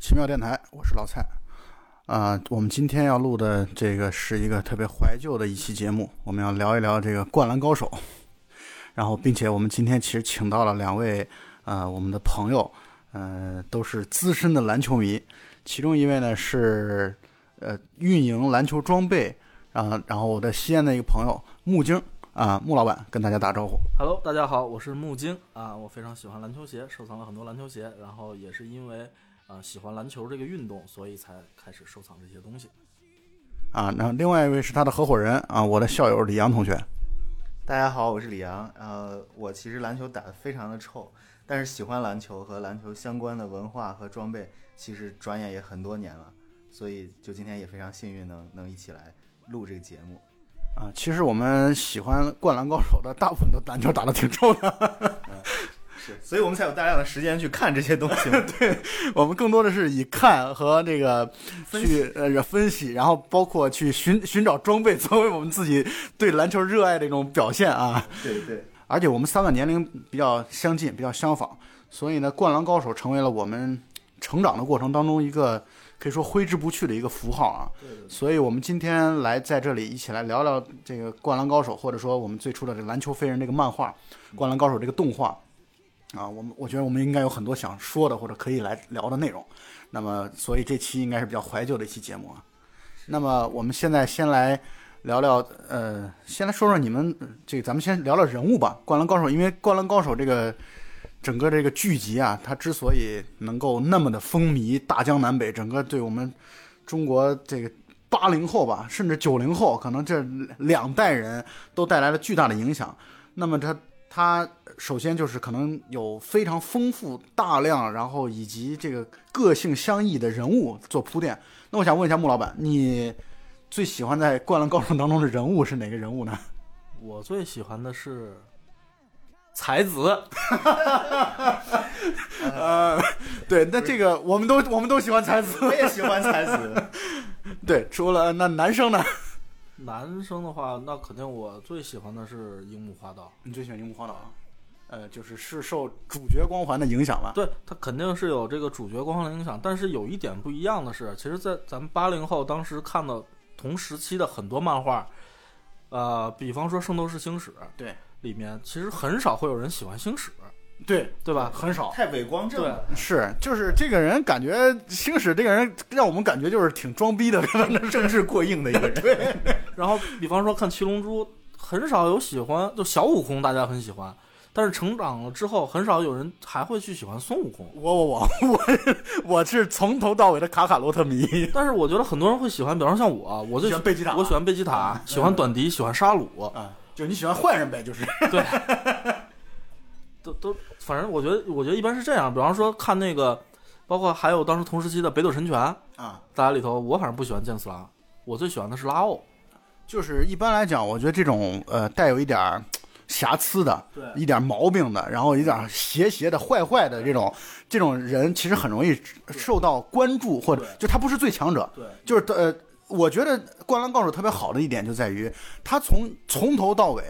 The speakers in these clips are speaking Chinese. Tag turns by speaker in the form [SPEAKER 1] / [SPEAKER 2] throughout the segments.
[SPEAKER 1] 奇妙电台，我是老蔡。啊、我们今天要录的这个是一个特别怀旧的一期节目，我们要聊一聊这个《灌篮高手》，然后，并且我们今天其实请到了两位呃我们的朋友，呃都是资深的篮球迷，其中一位呢是呃运营篮球装备，啊、然后我的西安的一个朋友木精啊、木老板跟大家打招呼。
[SPEAKER 2] Hello，大家好，我是木晶啊，我非常喜欢篮球鞋，收藏了很多篮球鞋，然后也是因为呃喜欢篮球这个运动，所以才开始收藏这些东西。
[SPEAKER 1] 啊，那另外一位是他的合伙人啊，我的校友李阳同学。
[SPEAKER 3] 大家好，我是李阳。呃，我其实篮球打得非常的臭，但是喜欢篮球和篮球相关的文化和装备，其实转眼也很多年了，所以就今天也非常幸运能能一起来录这个节目。
[SPEAKER 1] 啊，其实我们喜欢《灌篮高手》的大部分的篮球打得挺臭的，
[SPEAKER 3] 是，所以我们才有大量的时间去看这些东西嘛。
[SPEAKER 1] 我们更多的是以看和这个去呃分析，然后包括去寻寻找装备作为我们自己对篮球热爱的一种表现啊。
[SPEAKER 3] 对对，
[SPEAKER 1] 而且我们三个年龄比较相近，比较相仿，所以呢，《灌篮高手》成为了我们成长的过程当中一个可以说挥之不去的一个符号啊。
[SPEAKER 2] 对对
[SPEAKER 1] 所以我们今天来在这里一起来聊聊这个《灌篮高手》，或者说我们最初的这个《篮球飞人》这个漫画，《灌篮高手》这个动画。啊，我们我觉得我们应该有很多想说的或者可以来聊的内容，那么所以这期应该是比较怀旧的一期节目啊。那么我们现在先来聊聊，呃，先来说说你们呃这，咱们先聊聊人物吧。《灌篮高手》，因为《灌篮高手》这个整个这个剧集啊，它之所以能够那么的风靡大江南北，整个对我们中国这个八零后吧，甚至九零后，可能这两代人都带来了巨大的影响。那么它它首先就是可能有非常丰富、大量，然后以及这个个性相异的人物做铺垫。那我想问一下穆老板，你最喜欢在《灌篮高手》当中的人物是哪个人物呢？
[SPEAKER 2] 我最喜欢的是才子，
[SPEAKER 1] 呃， 对，那这个我们都我们都喜欢才子。
[SPEAKER 3] 我也喜欢才子。
[SPEAKER 1] 对，除了呃那男生呢？
[SPEAKER 2] 男生的话，那肯定我最喜欢的是樱木花道，
[SPEAKER 1] 你最喜欢樱木花道啊？呃，就是是受主角光环的影响吧？
[SPEAKER 2] 对他肯定是有这个主角光环的影响，但是有一点不一样的是，其实，在咱们八零后当时看的同时期的很多漫画，呃，比方说《圣斗士星矢》
[SPEAKER 1] 对
[SPEAKER 2] 里面，其实很少会有人喜欢星矢，
[SPEAKER 1] 对，
[SPEAKER 2] 对吧？
[SPEAKER 1] 很少。
[SPEAKER 3] 太伪光正了。
[SPEAKER 1] 是，就是这个人感觉星矢这个人让我们感觉就是挺装逼的， 可能
[SPEAKER 3] 政治过硬的一个人，对，
[SPEAKER 2] 然后，比方说看《七龙珠》，很少有喜欢，就小悟空大家很喜欢，但是成长了之后，很少有人还会去喜欢孙悟空。
[SPEAKER 1] 我我我我我是从头到尾的卡卡罗特迷，
[SPEAKER 2] 但是我觉得很多人会喜欢，比方说像我，我最
[SPEAKER 1] 喜欢贝吉塔
[SPEAKER 2] 我喜欢贝吉塔，喜欢短笛，喜欢沙鲁，
[SPEAKER 1] 啊，就你喜欢坏人呗，就是
[SPEAKER 2] 都都，反正我觉得，我觉得一般是这样。比方说看那个，包括还有当时同时期的《北斗神拳》，
[SPEAKER 1] 啊，
[SPEAKER 2] 大家里头，我反正不喜欢剑次郎，我最喜欢的是拉奥。
[SPEAKER 1] 就是一般来讲，我觉得这种呃带有一点儿瑕疵的，
[SPEAKER 2] 对
[SPEAKER 1] 一点儿毛病的，然后有点儿邪邪的、坏坏的这种这种人，其实很容易受到关注，或者
[SPEAKER 2] 对
[SPEAKER 1] 就他不是最强者，
[SPEAKER 2] 对，
[SPEAKER 1] 就是呃，我觉得《灌篮高手》特别好的一点就在于，他从从头到尾，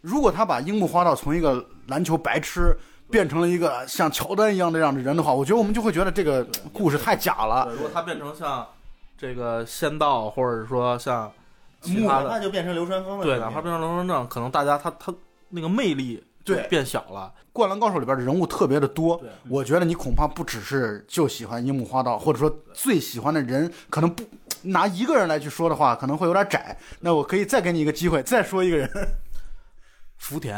[SPEAKER 1] 如果他把樱木花道从一个篮球白痴变成了一个像乔丹一样的这样的人的话，我觉得我们就会觉得这个故事太假了。
[SPEAKER 2] 如果他变成像这个仙道，或者说像其他的
[SPEAKER 3] 那就变成流川枫了。
[SPEAKER 2] 对，
[SPEAKER 3] 肯定
[SPEAKER 2] 哪怕变成龙生症，可能大家他他那个魅力
[SPEAKER 1] 对
[SPEAKER 2] 就变小了。
[SPEAKER 1] 《灌篮高手》里边的人物特别的多
[SPEAKER 2] 对，嗯
[SPEAKER 1] 我觉得你恐怕不只是就喜欢樱木花道，或者说最喜欢的人，可能不拿一个人来去说的话，可能会有点窄。那我可以再给你一个机会，再说一个人
[SPEAKER 2] 福田，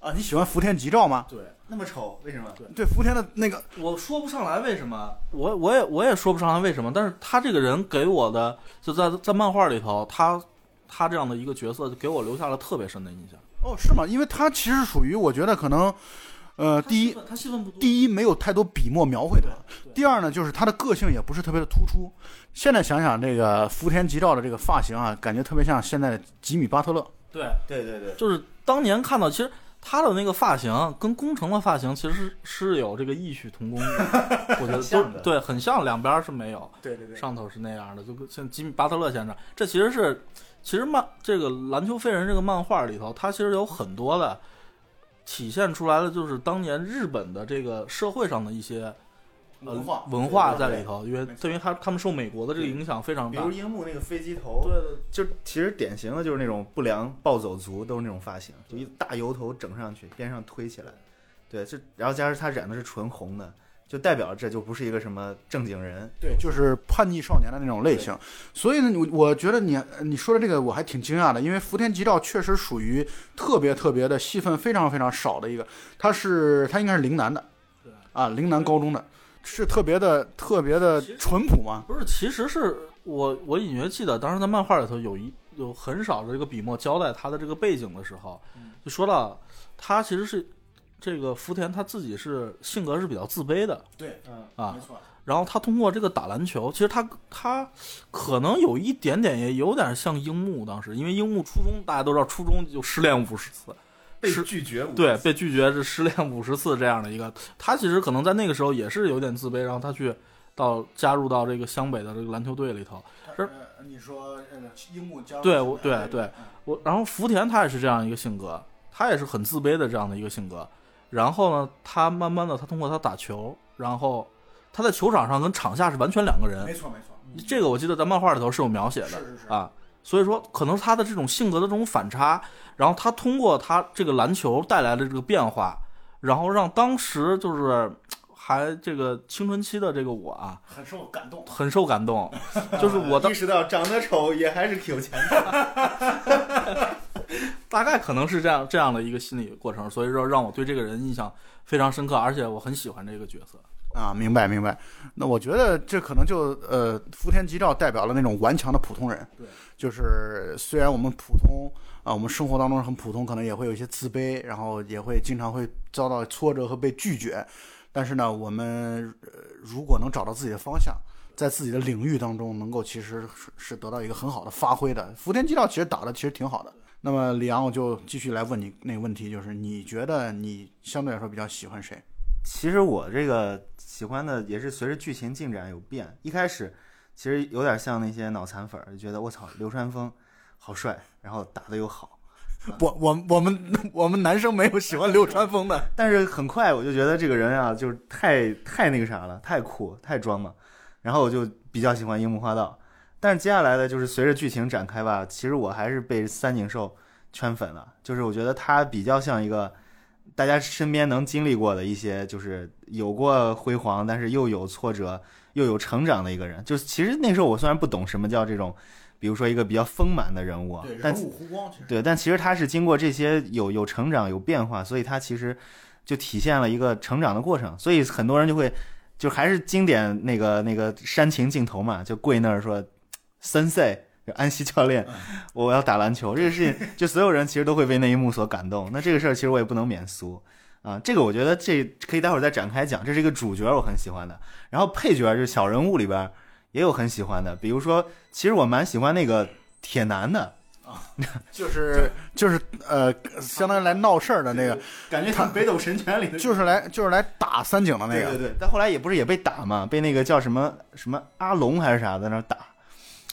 [SPEAKER 1] 啊，你喜欢福田吉兆吗？
[SPEAKER 2] 对，
[SPEAKER 3] 那么丑，为什么？
[SPEAKER 1] 对，福田的那个
[SPEAKER 2] 我说不上来为什么，我我也我也说不上来为什么，但是他这个人给我的就在在漫画里头，他他这样的一个角色就给我留下了特别深的印象。
[SPEAKER 1] 哦，是吗？因为他其实属于，我觉得可能，呃，第一，
[SPEAKER 2] 他戏份不多，
[SPEAKER 1] 第一没有太多笔墨描绘他；第二呢，就是他的个性也不是特别的突出。现在想想，这个福田吉兆的这个发型啊，感觉特别像现在的吉米巴特勒。
[SPEAKER 2] 对，
[SPEAKER 3] 对对对，
[SPEAKER 2] 就是当年看到其实。他的那个发型跟工程的发型其实是有这个异曲同工 的，我觉得
[SPEAKER 3] 很
[SPEAKER 2] 都
[SPEAKER 3] 像的
[SPEAKER 2] 对，很像，两边是没有。
[SPEAKER 1] 对对对
[SPEAKER 2] 上头是那样的，就跟像吉米巴特勒先生，这其实是，其实漫这个《篮球飞人》这个漫画里头，它其实有很多的体现出来的，就是当年日本的这个社会上的一些呃
[SPEAKER 3] 文化
[SPEAKER 2] 文化
[SPEAKER 3] 对
[SPEAKER 2] 在
[SPEAKER 3] 对
[SPEAKER 2] 里头，因为
[SPEAKER 3] 没错
[SPEAKER 2] 对于他他们受美国的这个影响非常
[SPEAKER 3] 比
[SPEAKER 2] 大。
[SPEAKER 3] 如樱木那个飞机头，
[SPEAKER 2] 对，
[SPEAKER 3] 就其实典型的就是那种不良暴走族都是那种发型，就一大油头整上去，边上推起来，对，这然后加上他染的是纯红的，就代表这就不是一个什么正经人，
[SPEAKER 1] 对，就是叛逆少年的那种类型。所以呢，我我觉得你你说的这个我还挺惊讶的，因为福田吉兆确实属于特别特别的戏份非常非常少的一个，他是他应该是陵南的
[SPEAKER 2] 对，
[SPEAKER 1] 啊，陵南高中的，是特别的特别的
[SPEAKER 2] 其实
[SPEAKER 1] 淳朴嘛。
[SPEAKER 2] 不是，其实是我我隐约记得，当时在漫画里头有一有很少的这个笔墨交代他的这个背景的时候，
[SPEAKER 3] 嗯
[SPEAKER 2] 就说到他其实是这个福田他自己是性格是比较自卑的，
[SPEAKER 1] 对，
[SPEAKER 3] 嗯，
[SPEAKER 2] 啊没
[SPEAKER 1] 错。
[SPEAKER 2] 然后他通过这个打篮球，其实他他可能有一点点也有点像樱木当时，因为樱木初中大家都知道，初中就失恋五十次，
[SPEAKER 3] 被
[SPEAKER 2] 是
[SPEAKER 3] 拒绝，
[SPEAKER 2] 对，，被拒绝是失恋五十次这样的一个，他其实可能在那个时候也是有点自卑，然后他去到加入到这个湘北的这个篮球队里头。是
[SPEAKER 1] 你说樱木加
[SPEAKER 2] 对我对对，我然后福田他也是这样一个性格，他也是很自卑的这样的一个性格。然后呢，他慢慢的，他通过他打球，然后他在球场上跟场下是完全两个人。
[SPEAKER 1] 错没错，嗯
[SPEAKER 2] 这个我记得在漫画里头是有描写的
[SPEAKER 1] 是是是
[SPEAKER 2] 啊。所以说，可能是他的这种性格的这种反差，然后他通过他这个篮球带来的这个变化，然后让当时就是还这个青春期的这个我啊，
[SPEAKER 1] 很受感动。
[SPEAKER 2] 很受感动。 就是我当
[SPEAKER 3] 意识到长得丑也还是有钱的，
[SPEAKER 2] 大概可能是这样这样的一个心理过程，所以说让我对这个人印象非常深刻，而且我很喜欢这个角色。
[SPEAKER 1] 啊，明白明白。那我觉得这可能就呃，福田吉兆代表了那种顽强的普通人。
[SPEAKER 2] 对，
[SPEAKER 1] 就是虽然我们普通啊，我们生活当中很普通，可能也会有一些自卑，然后也会经常会遭到挫折和被拒绝。但是呢，我们、呃、如果能找到自己的方向，在自己的领域当中能够其实是是得到一个很好的发挥的。福田吉兆其实打的其实挺好的。那么李阳，我就继续来问你那个问题，就是你觉得你相对来说比较喜欢谁？
[SPEAKER 3] 其实我这个喜欢的也是随着剧情进展有变。一开始其实有点像那些脑残粉儿，就觉得我操流川枫好帅，然后打的又好。
[SPEAKER 1] 我我我们 我们男生没有喜欢流川枫的，
[SPEAKER 3] 但是很快我就觉得这个人啊，就是太太那个啥了，太酷，太装了。然后我就比较喜欢樱木花道。但是接下来的就是随着剧情展开吧，其实我还是被三井寿圈粉了。就是我觉得他比较像一个大家身边能经历过的一些，就是有过辉煌，但是又有挫折，又有成长的一个人。就是其实那时候我虽然不懂什么叫这种，比如说一个比较丰满的人物啊，但
[SPEAKER 1] 物弧光其实
[SPEAKER 3] 对，但其实他是经过这些有有成长、有变化，所以他其实就体现了一个成长的过程。所以很多人就会，就还是经典那个那个煽情镜头嘛，就跪那儿说森赛。就安西教
[SPEAKER 1] 嗯
[SPEAKER 3] 练，我要打篮球这个事情，就所有人其实都会为那一幕所感动。那这个事儿其实我也不能免俗啊，这个我觉得这可以待会儿再展开讲。这是一个主角，我很喜欢的，然后配角就是小人物里边儿也有很喜欢的，比如说，其实我蛮喜欢那个铁男的，
[SPEAKER 1] 就是就是呃，相当于来闹事儿啊的那个，
[SPEAKER 3] 感觉像《北斗神拳》里的
[SPEAKER 1] 就是来就是来打三井的那
[SPEAKER 3] 对
[SPEAKER 1] 个，
[SPEAKER 3] 对对，但后来也不是也被打嘛，被那个叫什么什么阿龙还是啥在那儿打，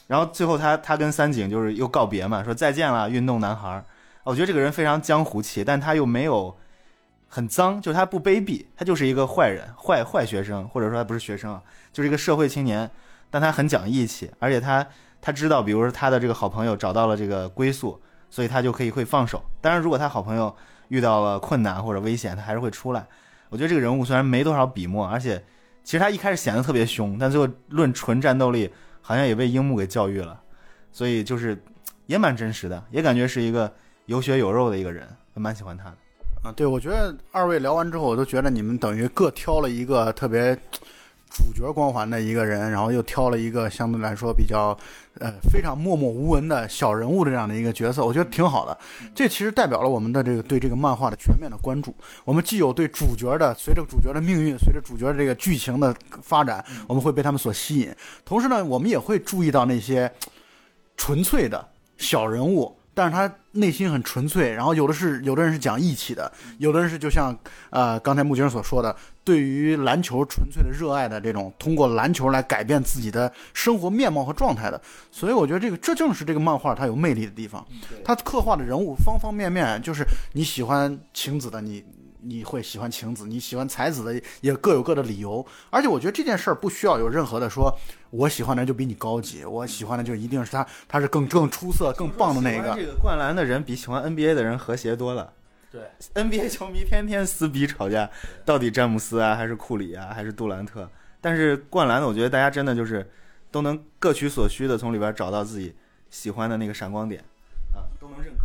[SPEAKER 3] 然后最后他他跟三井就是又告别嘛，说再见了，运动男孩儿。哦我觉得这个人非常江湖气，但他又没有很脏，就是他不卑鄙，他就是一个坏人、坏坏学生，或者说他不是学生啊，就是一个社会青年，但他很讲义气，而且他他知道，比如说他的这个好朋友找到了这个归宿，所以他就可以会放手。当然，如果他好朋友遇到了困难或者危险，他还是会出来。我觉得这个人物虽然没多少笔墨，而且其实他一开始显得特别凶，但最后论纯战斗力，好像也被樱木给教育了，所以就是嘖也蛮真实的，也感觉是一个有血有肉的一个人，我蛮喜欢他的。
[SPEAKER 1] 啊，对，我觉得二位聊完之后，我都觉得你们等于各挑了一个特别主角光环的一个人，然后又挑了一个相对来说比较呃非常默默无闻的小人物的这样的一个角色，我觉得挺好的。这其实代表了我们的这个对这个漫画的全面的关注。我们既有对主角的随着主角的命运，随着主角这个剧情的发展，我们会被他们所吸引，同时呢，我们也会注意到那些纯粹的小人物。但是他内心很纯粹，然后有的是有的人是讲义气的，有的人是就像呃刚才穆军所说的，对于篮球纯粹的热爱的这种，通过篮球来改变自己的生活面貌和状态的。所以我觉得这个这正是这个漫画它有魅力的地方，它刻画的人物方方面面，就是你喜欢晴子的你。你会喜欢晴子，你喜欢才子的也各有各的理由。而且我觉得这件事儿不需要有任何的说，我喜欢的就比你高级，我喜欢的就一定是他，他是更更出色、更棒的那一
[SPEAKER 3] 喜欢
[SPEAKER 1] 个。
[SPEAKER 3] 这个灌篮的人比喜欢 NBA 的人和谐多了。
[SPEAKER 2] 对
[SPEAKER 3] NBA 球迷天天撕逼吵架，到底詹姆斯啊，还是库里啊，还是杜兰特？但是灌篮的，我觉得大家真的就是都能各取所需的，从里边找到自己喜欢的那个闪光点啊，都能认可。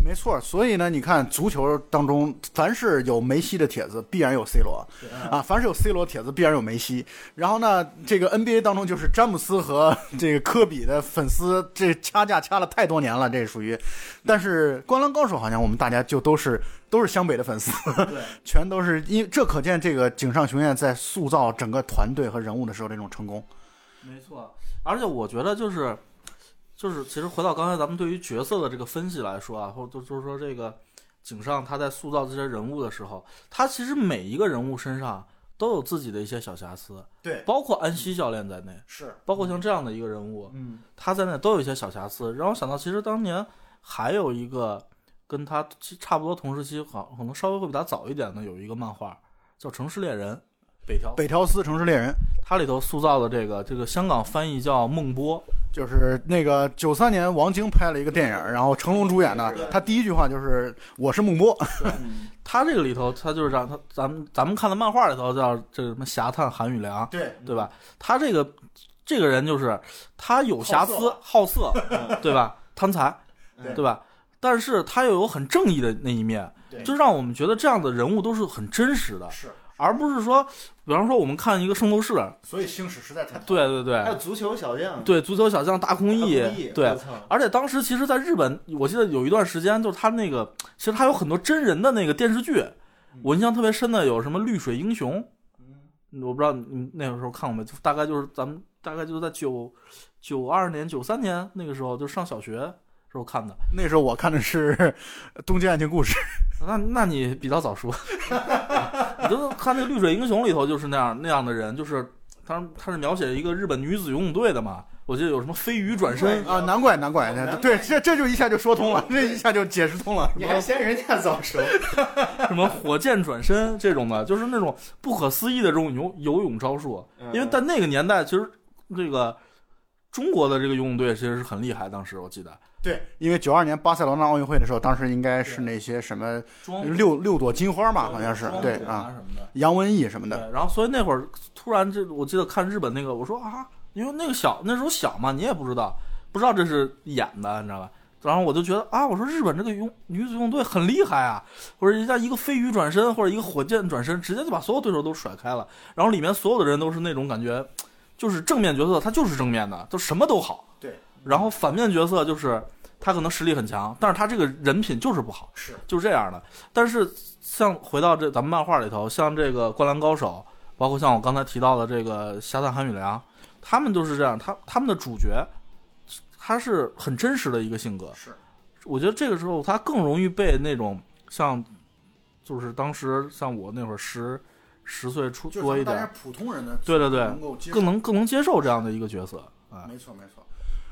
[SPEAKER 1] 没错，所以呢，你看足球当中，凡是有梅西的帖子，必然有 C 罗啊；凡是有 C 罗帖子，必然有梅西。然后呢，这个 NBA 当中就是詹姆斯和这个科比的粉丝，这掐架掐了太多年了，这属于。但是《灌篮高手》好像我们大家就都是都是湘北的粉丝， 全都是因这可见这个井上雄彦在塑造整个团队和人物的时候的那种成功。
[SPEAKER 2] 没错，而且我觉得就是，就是其实回到刚才咱们对于角色的这个分析来说啊，或者就就是说这个井上他在塑造这些人物的时候，他其实每一个人物身上都有自己的一些小瑕疵，
[SPEAKER 1] 对，
[SPEAKER 2] 包括安西教练在内，
[SPEAKER 1] 是
[SPEAKER 2] 包括像这样的一个人物，
[SPEAKER 3] 嗯，
[SPEAKER 2] 他在内都有一些小瑕疵，让我想到其实当年还有一个跟他其差不多同时期，好可能稍微会比他早一点的有一个漫画叫《城市猎人》，北条
[SPEAKER 1] 北条司《城市猎人》。
[SPEAKER 2] 它里头塑造的这个这个香港翻译叫孟波，
[SPEAKER 1] 就是那个九三年王晶拍了一个电影，然后成龙主演的，他第一句话就是“我是孟波
[SPEAKER 3] 嗯
[SPEAKER 2] 他这个里头，他就是让他咱们咱们看的漫画里头叫这个什么侠探韩宇良”，，
[SPEAKER 1] 对，
[SPEAKER 2] 对吧？他这个这个人就是他有瑕疵，好色，对吧？贪财，
[SPEAKER 3] 对
[SPEAKER 2] 对吧？但是他又有很正义的那一面，
[SPEAKER 1] 对
[SPEAKER 2] 就让我们觉得这样的人物都是很真实的，
[SPEAKER 1] 是。
[SPEAKER 2] 而不是说，比方说我们看一个《圣斗士》，
[SPEAKER 1] 所以星矢实在太
[SPEAKER 2] 对对
[SPEAKER 3] 还有
[SPEAKER 2] 对
[SPEAKER 3] 足球小将，
[SPEAKER 2] 对，足球小将大空
[SPEAKER 3] 大空
[SPEAKER 2] 翼
[SPEAKER 3] 翼，
[SPEAKER 2] 哎对
[SPEAKER 3] 我，操
[SPEAKER 2] 而且当时其实，在日本，我记得有一段时间，就是他那个，其实他有很多真人的那个电视剧，我印象特别深的有什么《绿水英雄》，我不知道你们那个时候看过没，就大概就是咱们大概就是在九九二年、九三年那个时候，就上小学时候看的。
[SPEAKER 1] 那时候我看的是《东京爱情故事》，
[SPEAKER 2] 那那你比较 早熟，你就是看那个《绿水英雄》里头就是那样那样的人，就是他他是描写一个日本女子游泳队的嘛，我记得有什么飞鱼转身，
[SPEAKER 1] 啊，难怪难怪，对，这这就一下就说通了，这一下就解释通了。
[SPEAKER 3] 你还嫌人家早熟？
[SPEAKER 2] 什么火箭转身这种的，就是那种不可思议的这种游游泳招数。
[SPEAKER 1] 嗯
[SPEAKER 2] 因为在那个年代，其实这个中国的这个游泳队其实是很厉害，当时我记得
[SPEAKER 1] 对，因为九二年巴塞罗那奥运会的时候，当时应该是那些什么
[SPEAKER 2] 装
[SPEAKER 1] 六六朵金花嘛，好像是对啊，
[SPEAKER 2] 什么的。
[SPEAKER 1] 杨文艺什么的，
[SPEAKER 2] 对，然后所以那会儿突然这，我记得看日本那个，我说啊，因为那个小那时候小嘛，你也不知道，不知道这是演的，你知道吧？然后我就觉得啊，我说日本这个游女子游泳队很厉害啊，或者人家一个飞鱼转身或者一个火箭转身，直接就把所有对手都甩开了，然后里面所有的人都是那种感觉，就是正面角色他就是正面的，就什么都好。
[SPEAKER 1] 对。
[SPEAKER 2] 然后反面角色就是他可能实力很强，但是他这个人品就是不好，
[SPEAKER 1] 是
[SPEAKER 2] 就是这样的。但是像回到这咱们漫画里头，像这个《灌篮高手》，包括像我刚才提到的这个《侠探韩雨良》，他们就是这样，他他们的主角他是很真实的一个性格。
[SPEAKER 1] 是，
[SPEAKER 2] 我觉得这个时候他更容易被那种像，就是当时像我那会儿十十岁出多一点，
[SPEAKER 1] 普通人的
[SPEAKER 2] 对对对，
[SPEAKER 1] 够接
[SPEAKER 2] 更能更能接受这样的一个角色啊。
[SPEAKER 1] 没错没错。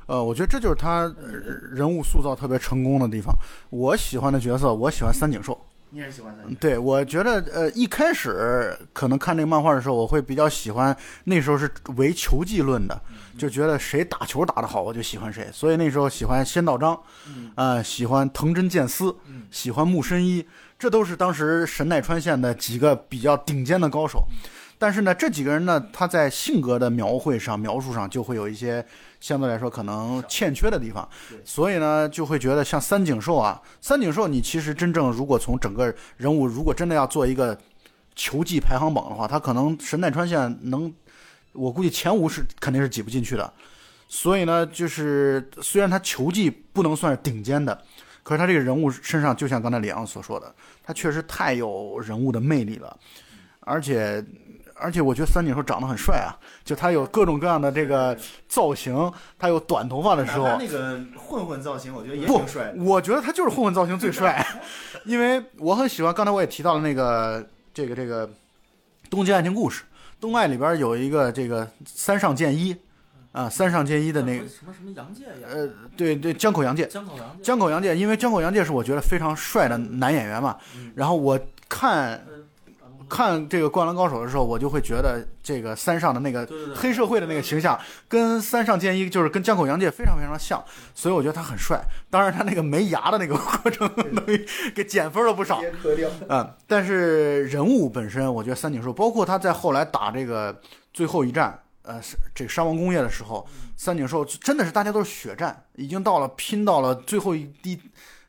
[SPEAKER 1] 呃，我觉得这就是他呃人物塑造特别成功的地方。我喜欢的角色，我喜欢三井寿。嗯
[SPEAKER 3] 你也是喜欢三井，
[SPEAKER 1] 对，我觉得呃，一开始可能看这个漫画的时候，我会比较喜欢，那时候是唯球技论的，
[SPEAKER 3] 嗯
[SPEAKER 1] 就觉得谁打球打得好，我就喜欢谁。所以那时候喜欢仙道章，
[SPEAKER 3] 嗯
[SPEAKER 1] 呃，喜欢藤真健司，喜欢木深一，这都是当时神奈川县的几个比较顶尖的高手。但是呢，这几个人呢，他在性格的描绘上、描述上就会有一些相对来说可能欠缺的地方，所以呢，就会觉得像三井寿啊，三井寿，你其实真正如果从整个人物，如果真的要做一个球技排行榜的话，他可能神奈川县能，我估计前五是肯定是挤不进去的。所以呢，就是虽然他球技不能算是顶尖的，可是他这个人物身上，就像刚才李昂所说的，他确实太有人物的魅力了，而且。而且我觉得三井寿长得很帅啊，就他有各种各样的这个造型，他有短头发的时候，
[SPEAKER 3] 他那个混混造型，我觉得也
[SPEAKER 1] 不
[SPEAKER 3] 挺帅的。
[SPEAKER 1] 我觉得他就是混混造型最帅， 因为我很喜欢。刚才我也提到了那个这个这个《东京爱情故事》，东爱里边有一个这个三上健一，啊，三上健一的那个，
[SPEAKER 2] 什么什么杨介呀，
[SPEAKER 1] 呃，对对，江口洋介，
[SPEAKER 2] 江口洋介，
[SPEAKER 1] 江口洋介，因为江口洋介是我觉得非常帅的男演员嘛。然后我看看这个《灌篮高手》的时候，我就会觉得这个三上的那个
[SPEAKER 2] 对对对
[SPEAKER 1] 黑社会的那个形象，跟三上健一就是跟江口洋介非常非常像，所以我觉得他很帅。当然，他那个没牙的那个过程， 等于给减分了不少。
[SPEAKER 3] 别磕掉。
[SPEAKER 1] 嗯，但是人物本身，我觉得三井寿，包括他在后来打这个最后一战，呃，是这个山王工业的时候，三井寿真的是大家都是血战，已经到了拼到了最后一滴，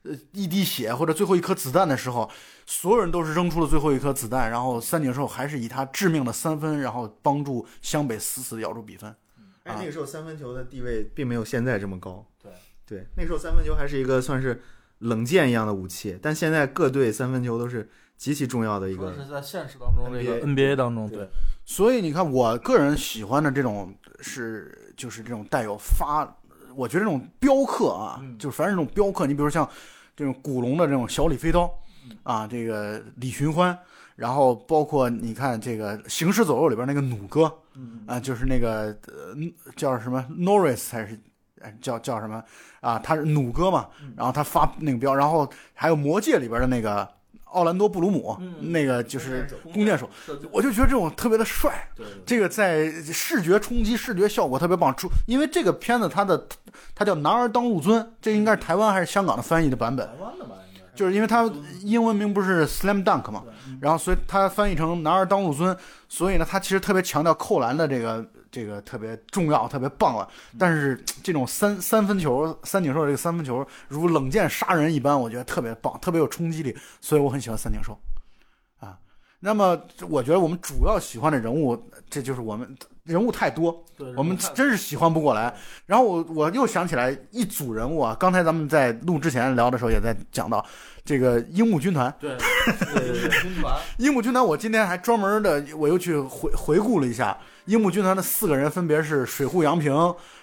[SPEAKER 1] 呃，一滴血或者最后一颗子弹的时候，所有人都是扔出了最后一颗子弹，然后三井寿还是以他致命的三分，然后帮助湘北死死地咬住比分。
[SPEAKER 3] 而哎且那个时候三分球的地位并没有现在这么高。
[SPEAKER 2] 对
[SPEAKER 3] 对，那时候三分球还是一个算是冷箭一样的武器，但现在各队三分球都是极其重要的一
[SPEAKER 2] 说
[SPEAKER 3] 个
[SPEAKER 2] 的。是在现实当中这个 NBA 当中，
[SPEAKER 3] 对
[SPEAKER 2] 对，
[SPEAKER 1] 所以你看，我个人喜欢的这种是就是这种带有发，我觉得这种镖客啊，
[SPEAKER 2] 嗯
[SPEAKER 1] 就是凡是这种镖客，你比如像这种古龙的这种小李飞刀啊，这个李寻欢，然后包括你看这个《行尸走肉》里边那个弩哥
[SPEAKER 3] 嗯，
[SPEAKER 1] 啊，就是那个呃叫什么 Norris 还是哎叫叫什么啊？他是弩哥嘛
[SPEAKER 3] 嗯，
[SPEAKER 1] 然后他发那个镖，然后还有《魔戒》里边的那个奥兰多布鲁姆，
[SPEAKER 2] 嗯
[SPEAKER 1] 那个就是弓
[SPEAKER 2] 弓
[SPEAKER 1] 箭
[SPEAKER 2] 箭
[SPEAKER 1] 手，
[SPEAKER 2] 对对
[SPEAKER 1] 我就觉得这种特别的帅。这个在视觉冲击、视觉效果特别棒。出，因为这个片子它的它叫《男儿当入樽》，这应该是台湾还是香港的翻译的版本。
[SPEAKER 2] 湾的吧，应该
[SPEAKER 1] 就是因为它英文名不是 slam dunk 嘛，然后所以它翻译成“男儿当入樽”，所以呢，它其实特别强调扣篮的这个这个特别重要、特别棒了。但是这种三三分球，三井寿这个三分球如冷箭杀人一般，我觉得特别棒，特别有冲击力，所以我很喜欢三井寿啊。那么我觉得我们主要喜欢的人物，这就是我们人物太多，
[SPEAKER 2] 对
[SPEAKER 1] 我们
[SPEAKER 2] 看
[SPEAKER 1] 真是喜欢不过来。然后我我又想起来一组人物啊，刚才咱们在录之前聊的时候也在讲到这个樱木军团。
[SPEAKER 2] 对对对对，军团
[SPEAKER 1] 樱木军团，我今天还专门的我又去回回顾了一下樱木军团的四个人，分别是水户洋平，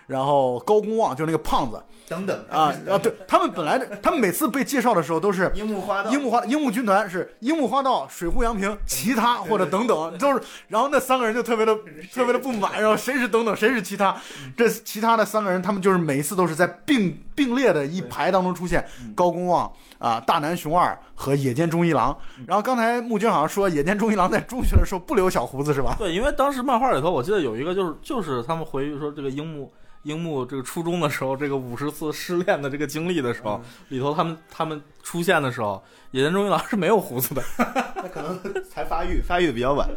[SPEAKER 1] 然后高公望，就是那个胖子
[SPEAKER 3] 等等
[SPEAKER 1] 啊啊，对他们本来的，他们每次被介绍的时候都是
[SPEAKER 3] 樱木花道，
[SPEAKER 1] 樱木花樱木军团是樱木花道、水户洋平、其他或者等等，都是。然后那三个人就特别的特别的不满，然后谁是等等，谁是其他，这其他的三个人他们就是每一次都是在并并列的一排当中出现，高公望啊、大南雄二和野间忠一郎。然后刚才木君好像说野间忠一郎在中学的时候不留小胡子是吧？
[SPEAKER 2] 对，因为当时漫画里头，我记得有一个就是就是他们回忆说这个樱木樱木这个初中的时候，这个五十次失恋的这个经历的时候，里头他们他们出现的时候，野田忠一郎是没有胡子的，
[SPEAKER 3] 他可能才发育，发育比较晚。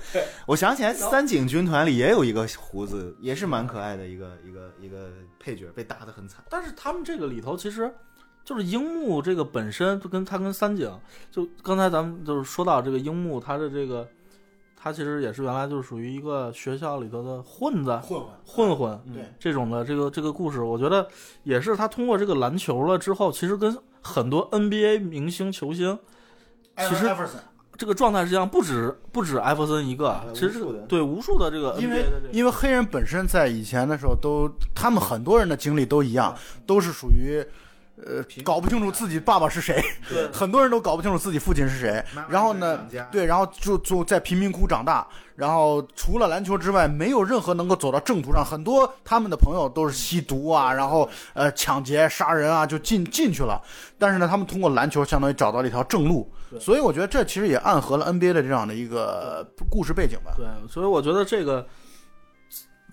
[SPEAKER 3] 我想起来，三井军团里也有一个胡子，也是蛮可爱的一个一个一个配角，被打得很惨。
[SPEAKER 2] 但是他们这个里头其实。就是樱木这个本身就跟他跟三井，就刚才咱们就是说到这个樱木，他的这个他其实也是原来就是属于一个学校里头的混子
[SPEAKER 1] 混混
[SPEAKER 2] 混混，
[SPEAKER 3] 对
[SPEAKER 2] 这种的这个这个故事，我觉得也是他通过这个篮球了之后，其实跟很多 NBA 明星球星其实这个状态是一样，不止不止艾弗森一个
[SPEAKER 3] 啊，
[SPEAKER 2] 其实这
[SPEAKER 3] 无数
[SPEAKER 2] 个
[SPEAKER 3] 的
[SPEAKER 2] 对无数的这个 NBA
[SPEAKER 1] 因为
[SPEAKER 2] 的这个
[SPEAKER 1] 因为黑人本身在以前的时候都，他们很多人的经历都一样，都是属于，呃，搞不清楚自己爸爸是谁，
[SPEAKER 2] 对
[SPEAKER 1] 很多人都搞不清楚自己父亲是谁
[SPEAKER 3] 妈妈。是
[SPEAKER 1] 然后
[SPEAKER 3] 谁
[SPEAKER 1] 呢
[SPEAKER 3] 养家，
[SPEAKER 1] 对，然后就就在贫民窟长大，然后除了篮球之外，没有任何能够走到正途上。很多他们的朋友都是吸毒啊，然后呃抢劫、杀人啊，就进进去了。但是呢，他们通过篮球相当于找到了一条正路，
[SPEAKER 2] 对
[SPEAKER 1] 所以我觉得这其实也暗合了 NBA 的这样的一个呃故事背景吧。
[SPEAKER 2] 对，所以我觉得这个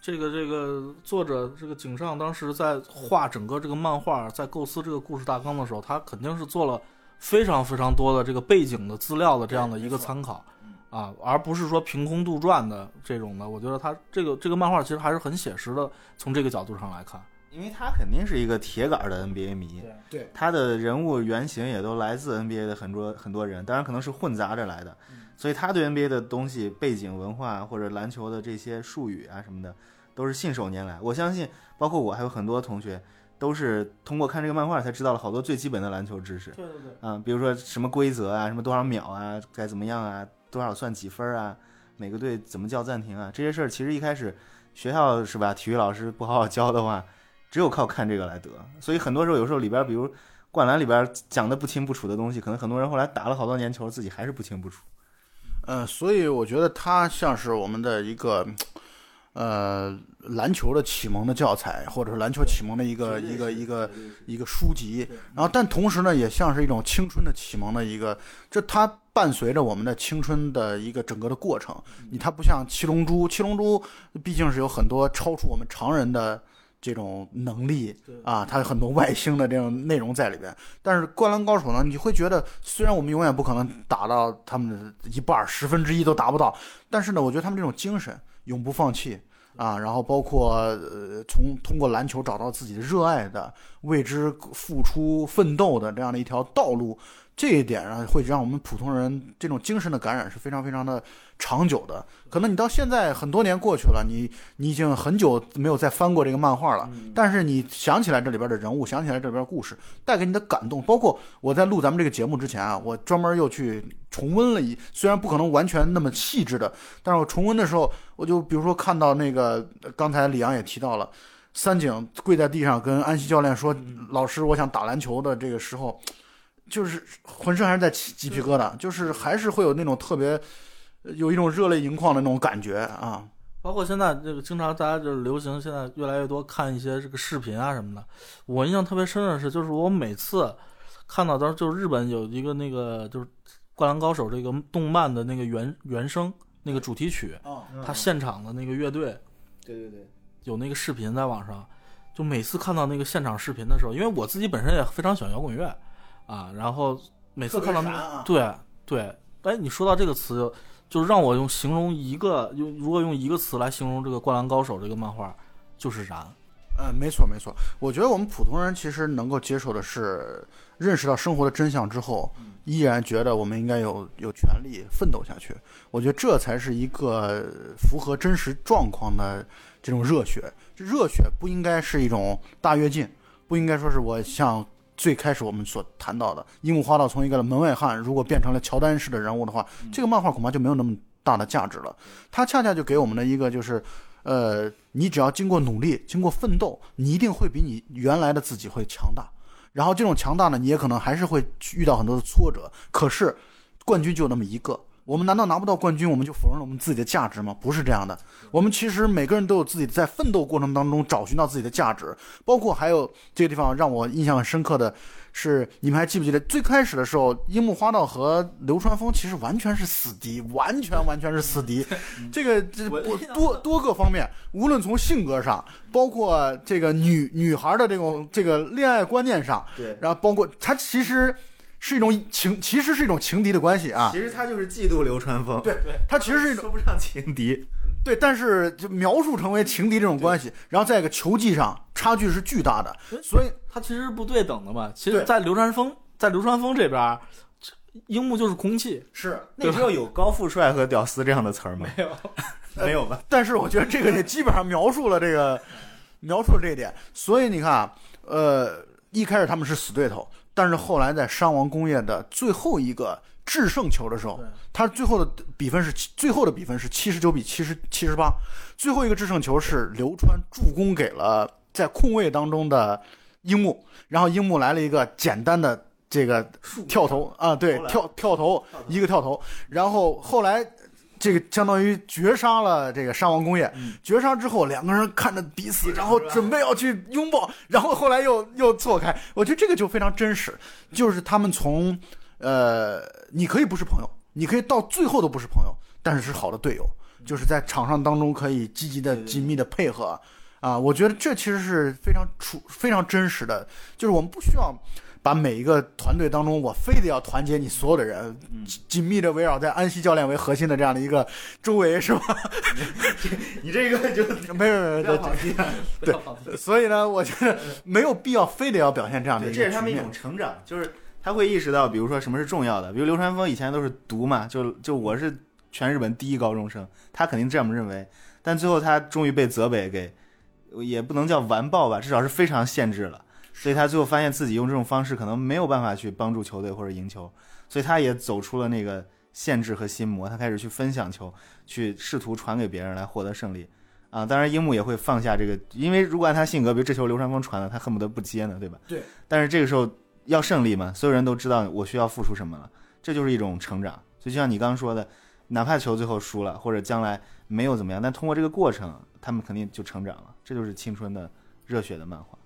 [SPEAKER 2] 这个这个作者这个井上当时在画整个这个漫画，在构思这个故事大纲的时候，他肯定是做了非常非常多的这个背景的资料的这样的一个参考。啊，而不是说凭空杜撰的这种的，我觉得他这个这个漫画其实还是很写实的，从这个角度上来看。
[SPEAKER 3] 因为他肯定是一个铁杆的 NBA 迷，
[SPEAKER 1] 对，
[SPEAKER 3] 他的人物原型也都来自 NBA 的很多很多人，当然可能是混杂着来的，所以他对 NBA 的东西、背景、文化或者篮球的这些术语啊什么的，都是信手拈来。我相信，包括我还有很多同学，都是通过看这个漫画才知道了好多最基本的篮球知识。
[SPEAKER 2] 对对对，
[SPEAKER 3] 嗯，比如说什么规则啊，什么多少秒啊，该怎么样啊，多少算几分啊，每个队怎么叫暂停啊，这些事儿其实一开始学校是吧，体育老师不好好教的话，只有靠看这个来得。所以很多时候，有时候里边儿，比如灌篮里边儿讲的不清不楚的东西，可能很多人后来打了好多年球，自己还是不清不楚。
[SPEAKER 1] 呃，所以我觉得他像是我们的一个，呃篮球的启蒙的教材，或者是篮球启蒙的一个一个一个一个书籍。然后，但同时呢，也像是一种青春的启蒙的一个，这它伴随着我们的青春的一个整个的过程。你它不像七龙珠《七龙珠》，《毕竟是有很多超出我们常人的这种能力
[SPEAKER 2] 对
[SPEAKER 1] 啊，它有很多外星的这种内容在里边。但是《灌篮高手》呢，你会觉得虽然我们永远不可能打到他们的一半儿、十分之一都达不到，但是呢，我觉得他们这种精神永不放弃。啊，然后包括呃，从通过篮球找到自己热爱的、为之付出、奋斗的这样的一条道路，这一点啊，会让我们普通人这种精神的感染是非常非常的长久的。可能你到现在很多年过去了，你你已经很久没有再翻过这个漫画了，但是你想起来这里边的人物，想起来这里边的故事，带给你的感动，包括我在录咱们这个节目之前啊，我专门又去重温了一，虽然不可能完全那么细致的，但是我重温的时候，我就比如说看到那个，呃刚才李阳也提到了，三井跪在地上跟安西教练说：“老师，我想打篮球的。”这个时候，就是浑身还是在起鸡皮疙瘩，就是还是会有那种特别呃有一种热泪盈眶的那种感觉啊。
[SPEAKER 2] 包括现在这个经常大家就是流行，现在越来越多看一些这个视频啊什么的。我印象特别深的是，就是我每次看到当时就是日本有一个那个就是《灌篮高手》这个动漫的那个原原声那个主题曲，
[SPEAKER 1] 啊，
[SPEAKER 2] 他现场的那个乐队
[SPEAKER 3] 哦嗯对对对，
[SPEAKER 2] 有那个视频在网上，就每次看到那个现场视频的时候，因为我自己本身也非常喜欢摇滚乐啊，然后每次看到那个，
[SPEAKER 1] 啊，
[SPEAKER 2] 对对，哎，你说到这个词，就是让我用形容一个用，如果用一个词来形容这个《灌篮高手》这个漫画，就是燃。
[SPEAKER 1] 嗯，没错没错。我觉得我们普通人其实能够接受的是，认识到生活的真相之后，依然觉得我们应该有有权利奋斗下去。我觉得这才是一个符合真实状况的这种热血。这热血不应该是一种大跃进，不应该说是我像最开始我们所谈到的樱木花道从一个门外汉，如果变成了乔丹式的人物的话，这个漫画恐怕就没有那么大的价值了。它恰恰就给我们的一个就是。呃，你只要经过努力，经过奋斗，你一定会比你原来的自己会强大。然后这种强大呢，你也可能还是会遇到很多的挫折。可是，冠军就那么一个，我们难道拿不到冠军，我们就否认了我们自己的价值吗？不是这样的。我们其实每个人都有自己在奋斗过程当中找寻到自己的价值，包括还有这个地方让我印象很深刻的是，你们还记不记得最开始的时候，樱木花道和流川枫其实完全是死敌，完全完全是死敌。这个这
[SPEAKER 2] 我
[SPEAKER 1] 不多多个方面，无论从性格上，包括这个女女孩的这种这个恋爱观念上，
[SPEAKER 3] 对，
[SPEAKER 1] 然后包括他其实是一种情，其实是一种情敌的关系啊。
[SPEAKER 3] 其实他就是嫉妒流川枫，
[SPEAKER 1] 对他其实是一种。
[SPEAKER 3] 说不上情敌，
[SPEAKER 1] 对，但是就描述成为情敌这种关系，然后在一个球技上差距是巨大的，所以
[SPEAKER 2] 它其实是不对等的嘛。其
[SPEAKER 1] 对
[SPEAKER 2] 实，在流川枫，在流川枫这边儿，这樱木就是空气。
[SPEAKER 1] 是。
[SPEAKER 3] 那时候有高富帅和屌丝这样的词儿吗？没有， 没有吧？
[SPEAKER 1] 但是我觉得这个也基本上描述了这个，描述了这一点。所以你看啊，呃，一开始他们是死对头，但是后来在山王工业的最后一个制胜球的时候
[SPEAKER 2] 对，
[SPEAKER 1] 他最后的比分是七最后的比分是七十九比七十七十八，最后一个制胜球是流川助攻给了在空位当中的樱木，然后樱木来了一个简单的这个跳投啊，对
[SPEAKER 3] 投，篮
[SPEAKER 1] 跳跳投一个跳投，然后后来。这个相当于绝杀了这个山王工业，
[SPEAKER 3] 嗯
[SPEAKER 1] 绝杀之后两个人看着彼此，
[SPEAKER 3] 啊
[SPEAKER 1] 然后准备要去拥抱，然后后来又又错开。我觉得这个就非常真实，就是他们从呃，你可以不是朋友，你可以到最后都不是朋友，但是是好的队友，就是在场上当中可以积极的、
[SPEAKER 3] 嗯对对对
[SPEAKER 1] 紧密的配合啊。我觉得这其实是非常处非常真实的，就是我们不需要把每一个团队当中，我非得要团结你所有的人，
[SPEAKER 3] 嗯
[SPEAKER 1] 紧紧密的围绕在安西教练为核心的这样的一个周围，是吧？
[SPEAKER 3] 你这个就
[SPEAKER 1] 没有没有没有，
[SPEAKER 2] 不要放弃
[SPEAKER 1] 对所以呢，我觉得没有必要非得要表现这样的
[SPEAKER 3] 嗯对，
[SPEAKER 1] 一个
[SPEAKER 3] 这是他们
[SPEAKER 1] 局
[SPEAKER 3] 一
[SPEAKER 1] 面
[SPEAKER 3] 种成长，就是他会意识到，比如说什么是重要的，比如流川枫以前都是读嘛，就就我是全日本第一高中生，他肯定这么认为，但最后他终于被泽北给，也不能叫完爆吧，至少是非常限制了，所以他最后发现自己用这种方式可能没有办法去帮助球队或者赢球，所以他也走出了那个限制和心魔，他开始去分享球，去试图传给别人来获得胜利。啊，当然，樱木也会放下这个，因为如果按他性格，比如这球流川枫传了，他恨不得不接呢，对吧？
[SPEAKER 1] 对。
[SPEAKER 3] 但是这个时候要胜利嘛，所有人都知道我需要付出什么了，这就是一种成长。所以就像你刚刚说的，哪怕球最后输了，或者将来没有怎么样，但通过这个过程，他们肯定就成长了。这就是青春的热血的漫画。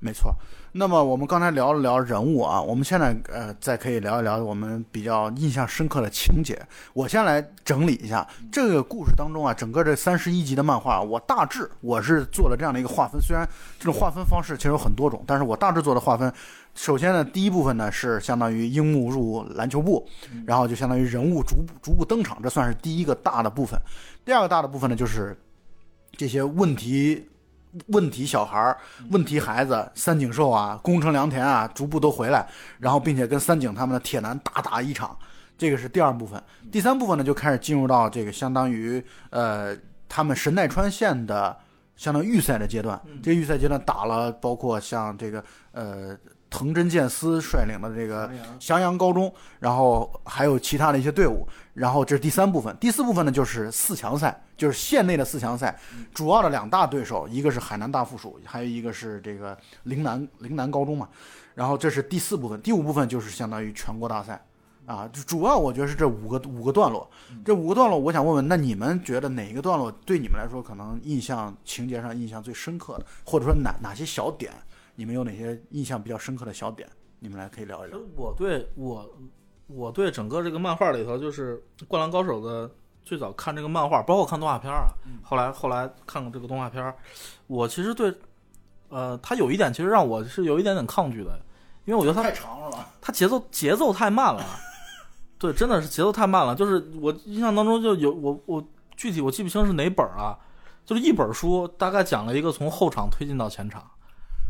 [SPEAKER 1] 没错。那么我们刚才聊了聊人物啊，我们现在呃再可以聊一聊我们比较印象深刻的情节。我先来整理一下这个故事当中啊，整个这三十一集的漫画，我大致我是做了这样的一个划分。虽然这种划分方式其实有很多种，但是我大致做的划分，首先呢，第一部分呢是相当于樱木入篮球部，然后就相当于人物逐步逐步登场，这算是第一个大的部分。第二个大的部分呢，就是这些问题问题小孩儿、问题孩子，三井寿啊、宫城良田啊，逐步都回来，然后并且跟三井他们的铁男大打一场，这个是第二部分。第三部分呢，就开始进入到这个相当于呃他们神奈川县的相当于预赛的阶段。这个预赛阶段打了包括像这个呃藤真健司率领的这个 襄阳高中，然后还有其他的一些队伍，然后这是第三部分。第四部分呢，就是四强赛，就是县内的四强赛，主要的两大对手，一个是海南大附属，还有一个是这个陵南陵南高中嘛。然后这是第四部分，第五部分就是相当于全国大赛。啊，就主要我觉得是这五个五个段落，这五个段落，我想问问，那你们觉得哪一个段落对你们来说可能印象情节上印象最深刻的，或者说哪哪些小点，你们有哪些印象比较深刻的小点，你们来可以聊一聊。
[SPEAKER 2] 我对我我对整个这个漫画里头，就是《灌篮高手》的最早看这个漫画，包括看动画片儿啊，后来后来看过这个动画片儿，我其实对，呃，它有一点其实让我是有一点点抗拒的，因为我觉得它
[SPEAKER 1] 长了吧？
[SPEAKER 2] 它节奏节奏太慢了，对，真的是节奏太慢了。就是我印象当中就有我我具体我记不清是哪本儿啊，就是一本书大概讲了一个从后场推进到前场，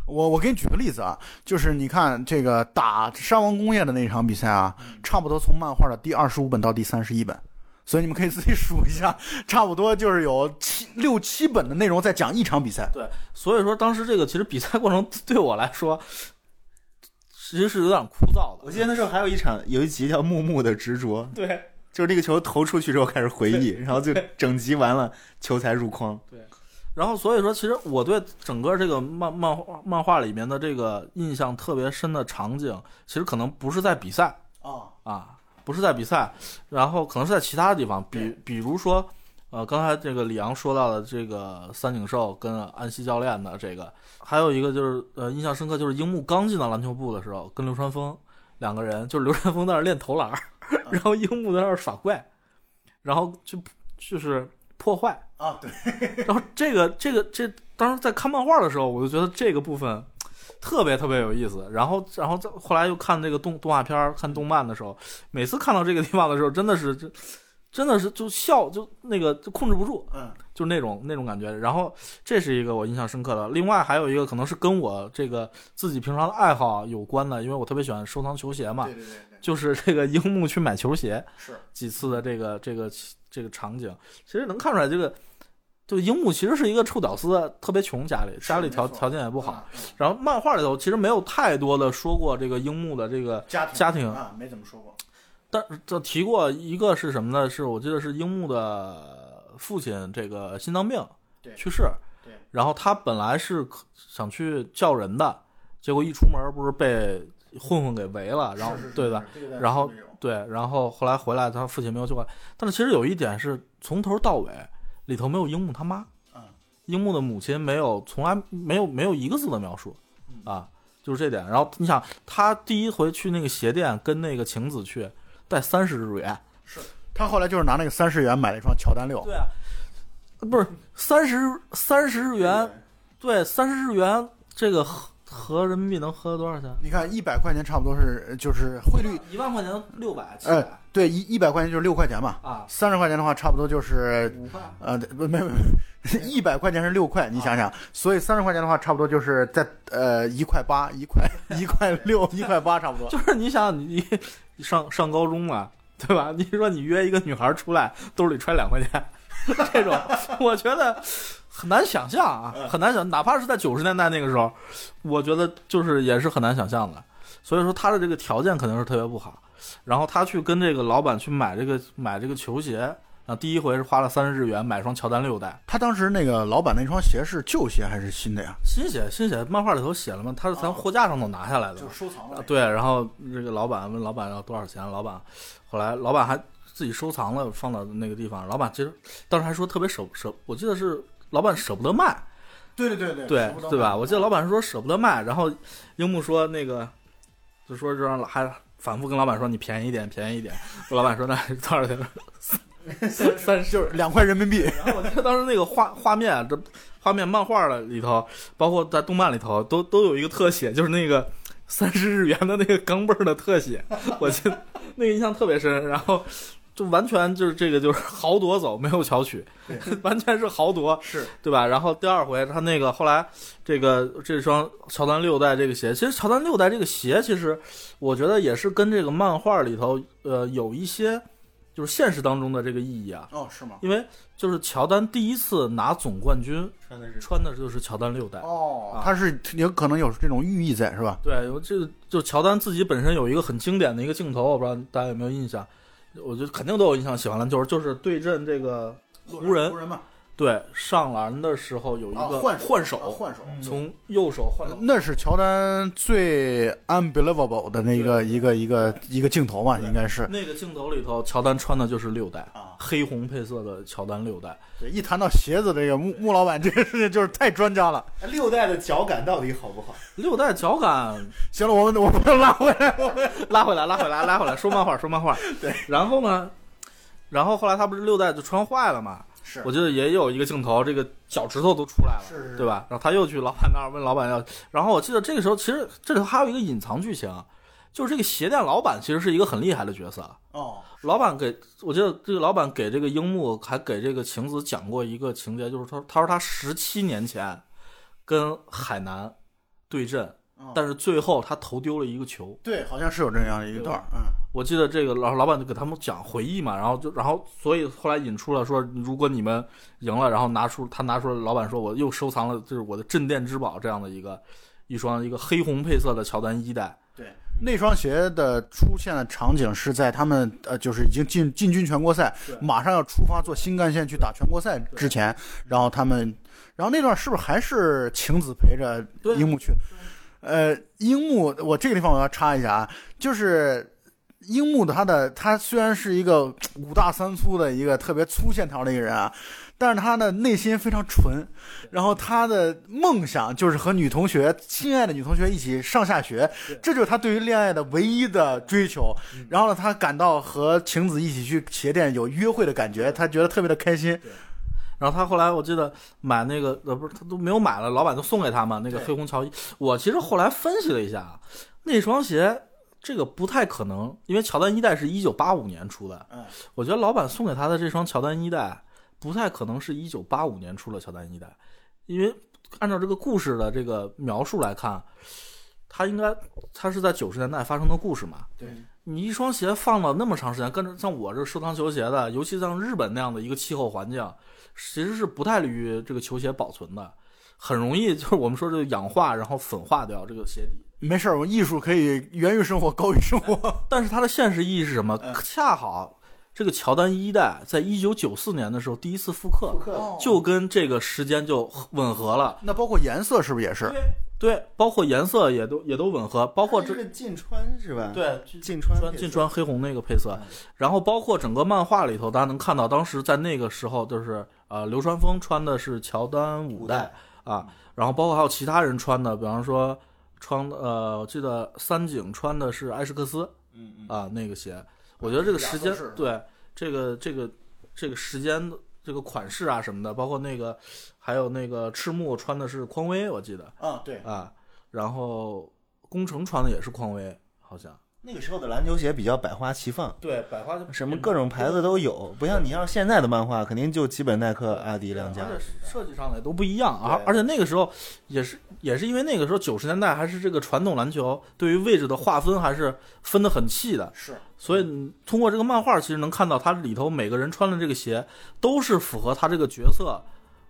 [SPEAKER 1] 我我给你举个例子啊，就是你看这个打山王工业的那一场比赛啊，
[SPEAKER 2] 嗯
[SPEAKER 1] 差不多从漫画的第二十五本到第三十一本，所以你们可以自己数一 下，差不多就是有七六七本的内容在讲一场比赛。
[SPEAKER 2] 所以说当时这个其实比赛过程 对我来说其实是有点枯燥的。
[SPEAKER 3] 我记得那时候还有一场有一集叫《木木的执着》，
[SPEAKER 2] 对
[SPEAKER 3] 就是那个球投出去之后开始回忆，然后就整集完了球才入筐。
[SPEAKER 2] 对，然后所以说其实我对整个这个漫漫画漫画里面的这个印象特别深的场景，其实可能不是在比赛，
[SPEAKER 1] 啊，
[SPEAKER 2] 啊，不是在比赛，然后可能是在其他地方，比比如说，呃，刚才这个李阳说到的这个三井寿跟安西教练的这个，还有一个就是呃印象深刻就是樱木刚进到篮球部的时候，跟流川枫两个人，就是流川枫在那儿练投篮儿，
[SPEAKER 1] 啊
[SPEAKER 2] 然后樱木在那儿耍怪，然后就就是破坏，
[SPEAKER 1] 啊，对，
[SPEAKER 2] 然后这个这个这，当时在看漫画的时候，我就觉得这个部分特别特别有意思。然后然后再后来又看这个动动画片儿、看动漫的时候，每次看到这个地方的时候，真的是这真的是就笑，就那个就控制不住，
[SPEAKER 1] 嗯，
[SPEAKER 2] 就是那种那种感觉。然后这是一个我印象深刻的。另外还有一个可能是跟我这个自己平常的爱好有关的，因为我特别喜欢收藏球鞋嘛，
[SPEAKER 1] 对对，
[SPEAKER 2] 就是这个樱木去买球鞋，
[SPEAKER 1] 是。
[SPEAKER 2] 几次的这个这个这个场景，其实能看出来，这个就樱木其实是一个臭屌丝，特别穷，家里家里条
[SPEAKER 1] 没错
[SPEAKER 2] 条件也不好。
[SPEAKER 1] 啊，
[SPEAKER 2] 然后漫画里头其实没有太多的说过这个樱木的这个，
[SPEAKER 1] 家庭
[SPEAKER 2] 家庭
[SPEAKER 1] 啊，没怎么说过。
[SPEAKER 2] 但是这提过一个是什么呢？是我记得是樱木的父亲这个心脏病
[SPEAKER 1] 对
[SPEAKER 2] 去世，
[SPEAKER 1] 对
[SPEAKER 2] 然后他本来是可想去叫人的，结果一出门不是被混混给围了，然后
[SPEAKER 1] 是是是
[SPEAKER 2] 对吧？？
[SPEAKER 1] 这个在
[SPEAKER 2] 然后
[SPEAKER 1] 日本有
[SPEAKER 2] 对，然后后来回来，他父亲没有去过来。但是其实有一点是从头到尾里头没有樱木他妈，
[SPEAKER 1] 嗯，
[SPEAKER 2] 樱木的母亲没有从来没有没有一个字的描述
[SPEAKER 1] 嗯，
[SPEAKER 2] 啊，就是这点。然后你想，他第一回去那个鞋店跟那个晴子去，带三十日元，
[SPEAKER 1] 他后来就是拿那个三十元买了一双乔丹六，
[SPEAKER 2] 对啊，不是三十三十日元，对，三十日元这个合合人民币能合多少钱？
[SPEAKER 1] 你看一百块钱差不多是就是汇率，
[SPEAKER 2] 一万块钱六百七
[SPEAKER 1] 呃
[SPEAKER 2] 百，
[SPEAKER 1] 对一一百块钱就是六块钱嘛，
[SPEAKER 2] 啊，
[SPEAKER 1] 三十块钱的话差不多就是
[SPEAKER 2] 五块。
[SPEAKER 1] 呃不没没没，一百块钱是六块，你想想，所以三十块钱的话差不多就是在呃一块八一块一块六一块八差不多。
[SPEAKER 2] 就是你想你你上上高中嘛，对吧？你说你约一个女孩出来，兜里揣两块钱，这种我觉得很难想象啊，很难想，哪怕是在九十年代那个时候，我觉得就是也是很难想象的。所以说他的这个条件肯定是特别不好，然后他去跟这个老板去买这个买这个球鞋，然后第一回是花了三十日元买双乔丹六代，
[SPEAKER 1] 他当时那个老板那双鞋是旧鞋还是新的呀？
[SPEAKER 2] 新鞋新鞋，漫画里头写了嘛，他是从货架上头拿下来的嘛，
[SPEAKER 1] 收藏
[SPEAKER 2] 啊，对，然后这个老板问老板要多少钱，老板后来老板还自己收藏了，放到那个地方。老板其实当时还说特别舍舍，我记得是老板舍不得卖，
[SPEAKER 1] 对对对对
[SPEAKER 2] 对对吧？我记得老板是说舍不得卖，然后樱木说那个，就说就让还反复跟老板说你便宜一点，便宜一点。老板说那多少钱？ 三三十。
[SPEAKER 1] 就是两块人民币，
[SPEAKER 2] 然后我记得当时那个画画面啊，这画面漫画的里头，包括在动漫里头，都都有一个特写，就是那个三十日元的那个钢镚儿的特写，我记得那个印象特别深。然后就完全就是这个就是豪夺走，没有巧取，完全是豪夺。
[SPEAKER 1] 是
[SPEAKER 2] 对吧？然后第二回他那个后来这个这双乔丹六代这个鞋，其实乔丹六代这个鞋，其实我觉得也是跟这个漫画里头呃有一些就是现实当中的这个意义啊，
[SPEAKER 1] 哦，是吗？
[SPEAKER 2] 因为就是乔丹第一次拿总冠军
[SPEAKER 3] 穿的是
[SPEAKER 2] 穿的就是乔丹六代。
[SPEAKER 1] 哦
[SPEAKER 2] 啊，
[SPEAKER 1] 它是有可能有这种寓意在，是吧？
[SPEAKER 2] 对，我这个就乔丹自己本身有一个很经典的一个镜头，我不知道大家有没有印象，我觉得肯定都有印象。喜欢篮球就是对阵这个湖人
[SPEAKER 1] 湖人嘛，
[SPEAKER 2] 对上篮的时候有一
[SPEAKER 1] 啊
[SPEAKER 2] 个
[SPEAKER 1] 换手
[SPEAKER 2] 换
[SPEAKER 1] 啊嗯
[SPEAKER 2] 手，嗯
[SPEAKER 1] 换手，
[SPEAKER 2] 从右手换到
[SPEAKER 1] 呃那是乔丹最 unbelievable 的那个一个一个一个镜头嘛，应该是。
[SPEAKER 2] 那个镜头里头，乔丹穿的就是六代
[SPEAKER 1] 啊，
[SPEAKER 2] 黑红配色的乔丹六代。
[SPEAKER 1] 对一谈到鞋子，这个穆穆老板这个事情就是太专家了。
[SPEAKER 3] 哎六代的脚感到底好不好？
[SPEAKER 2] 六代脚感，
[SPEAKER 1] 行了，我们我们拉回来。
[SPEAKER 2] 拉回来，拉回来，拉回来，说漫画，说 漫画。对，然后呢，然后后来他不是六代就穿坏了嘛？
[SPEAKER 1] 是
[SPEAKER 2] 我记得也有一个镜头，这个脚趾头都出来了。
[SPEAKER 1] 是
[SPEAKER 2] 对？吧？然后他又去老板那儿问老板要，然后我记得这个时候其实这里头还有一个隐藏剧情，就是这个鞋店老板其实是一个很厉害的角色，
[SPEAKER 1] 哦，
[SPEAKER 2] 老板给我记得这个老板给这个樱木还给这个晴子讲过一个情节，就是他他说他十七年前跟海南对阵，
[SPEAKER 1] 嗯
[SPEAKER 2] 但是最后他投丢了一个球。
[SPEAKER 1] 对，好像是有这样一段儿，嗯，
[SPEAKER 2] 我记得这个老老板就给他们讲回忆嘛，然后就然后所以后来引出了说，如果你们赢了，然后拿出他拿出了老板说我又收藏了就是我的镇店之宝这样的一个一双一个黑红配色的乔丹一代，
[SPEAKER 1] 对。那双鞋的出现的场景是在他们呃，就是已经进进军全国赛
[SPEAKER 2] 对，
[SPEAKER 1] 马上要出发坐新干线去打全国赛之前，然后他们，然后那段是不是还是晴子陪着
[SPEAKER 2] 对
[SPEAKER 1] 樱木去？呃，樱木，我这个地方我要插一下啊，就是樱木的他的他虽然是一个五大三粗的一个特别粗线条的一个人啊，但是他的内心非常纯，然后他的梦想就是和女同学亲爱的女同学一起上下学，这就是他对嗯于恋爱的唯一的追求。然后呢，他感到和晴子一起去鞋店有约会的感觉，他觉得特别的开心。
[SPEAKER 2] 然后他后来我记得买那个呃不是他都没有买了，老板就送给他嘛那个
[SPEAKER 1] 对
[SPEAKER 2] 黑红乔伊。我其实后来分析了一下，啊，那双鞋这个不太可能，因为乔丹一代是一九八五年出的，
[SPEAKER 1] 嗯，
[SPEAKER 2] 我觉得老板送给他的这双乔丹一代不太可能是一九八五年出的乔丹一代，因为按照这个故事的这个描述来看，他应该他是在九十年代发生的故事嘛，
[SPEAKER 1] 对，
[SPEAKER 2] 你一双鞋放了那么长时间，跟着像我这收藏球鞋的，尤其像日本那样的一个气候环境，其实是不太利于这个球鞋保存的，很容易就是我们说这个氧化，然后粉化掉这个鞋底。
[SPEAKER 1] 没事儿，我艺术可以源于生活，高于生活。
[SPEAKER 2] 但是它的现实意义是什么
[SPEAKER 1] 嗯？
[SPEAKER 2] 恰好这个乔丹一代在一九九四年的时候第一次复刻，
[SPEAKER 3] 克
[SPEAKER 2] 就跟这个时间就吻合了。
[SPEAKER 1] 那包括颜色是不是也是？
[SPEAKER 2] 对，包括颜色也都也都吻合，包括这
[SPEAKER 3] 是进川是吧？，
[SPEAKER 2] 对
[SPEAKER 3] 进川
[SPEAKER 2] 穿进川黑红那个配色
[SPEAKER 3] 嗯，
[SPEAKER 2] 然后包括整个漫画里头，大家能看到，当时在那个时候就是呃，流川枫穿的是乔丹五代啊，然后包括还有其他人穿的，比方说穿呃，我记得三井穿的是艾什克斯
[SPEAKER 3] 嗯嗯，
[SPEAKER 2] 啊那个鞋，我觉啊得这个时
[SPEAKER 1] 亚
[SPEAKER 2] 间
[SPEAKER 1] 瑟士
[SPEAKER 2] 对这个这个这个时间这个款式啊什么的，包括那个还有那个赤木穿的是匡威，我记得
[SPEAKER 3] 啊对，
[SPEAKER 2] 啊，然后宫城穿的也是匡威，好像。
[SPEAKER 3] 那个时候的篮球鞋比较百花齐放，
[SPEAKER 2] 对，百花
[SPEAKER 3] 什么各种牌子都有，不像你要是现在的漫画，肯定就基本耐克、阿迪两家。
[SPEAKER 2] 而且设计上来都不一样啊
[SPEAKER 3] 对。
[SPEAKER 2] 而且那个时候也是也是因为那个时候九十年代还是这个传统篮球对于位置的划分还是分得很细的，
[SPEAKER 1] 是
[SPEAKER 2] 所以
[SPEAKER 3] 嗯
[SPEAKER 2] 你通过这个漫画其实能看到它里头每个人穿的这个鞋都是符合他这个角色。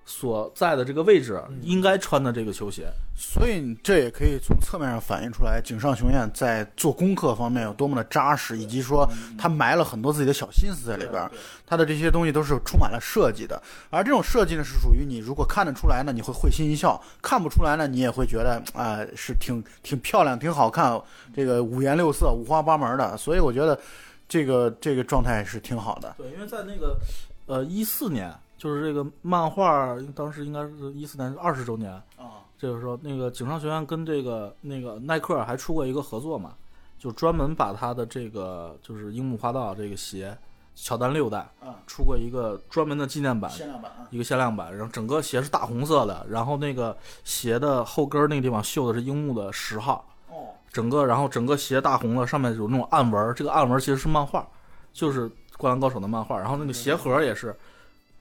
[SPEAKER 2] 所在的这个位置
[SPEAKER 3] 嗯
[SPEAKER 2] 应该穿的这个球鞋，
[SPEAKER 1] 所以你这也可以从侧面上反映出来，井上雄彦在做功课方面有多么的扎实，以及说他埋了很多自己的小心思在里边儿。他的这些东西都是充满了设计的，而这种设计呢，是属于你如果看得出来呢，你会会心一笑；看不出来呢，你也会觉得啊、是挺挺漂亮、挺好看，这个五颜六色、五花八门的。所以我觉得这个这个状态是挺好的。
[SPEAKER 2] 对，因为在那个呃一四年就是这个漫画当时应该是一四年二十周年，
[SPEAKER 1] 啊，
[SPEAKER 2] 这个时候那个井上学院跟这个那个耐克还出过一个合作嘛，就专门把他的这个就是樱木花道这个鞋乔丹六代
[SPEAKER 1] 嗯
[SPEAKER 2] 出过一个专门的纪念版，
[SPEAKER 1] 限量版啊，
[SPEAKER 2] 一个限量版，然后整个鞋是大红色的，然后那个鞋的后跟儿那个地方绣的是樱木的十号，
[SPEAKER 1] 哦，
[SPEAKER 2] 整个然后整个鞋大红了，上面有那种暗纹儿，这个暗纹儿其实是漫画，就是《灌篮高手》的漫画，然后那个鞋盒儿也是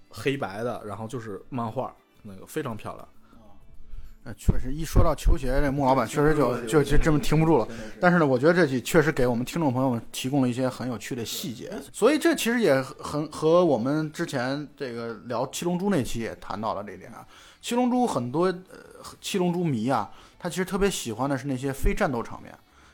[SPEAKER 2] 黑白的，然后就是漫画，那个非常漂亮。
[SPEAKER 1] 呃，确实，一说到球鞋，这穆老板确实就就就这么停不住了。
[SPEAKER 3] 真的是
[SPEAKER 1] 但是呢，我觉得这期确实给我们听众朋友们提供了一些很有趣的细节，所以这其实也很和我们之前这个聊《七龙珠》那期也谈到了这一点啊。《七龙珠》很多呃，七龙珠迷啊，他其实特别喜欢的是那些非战斗场面。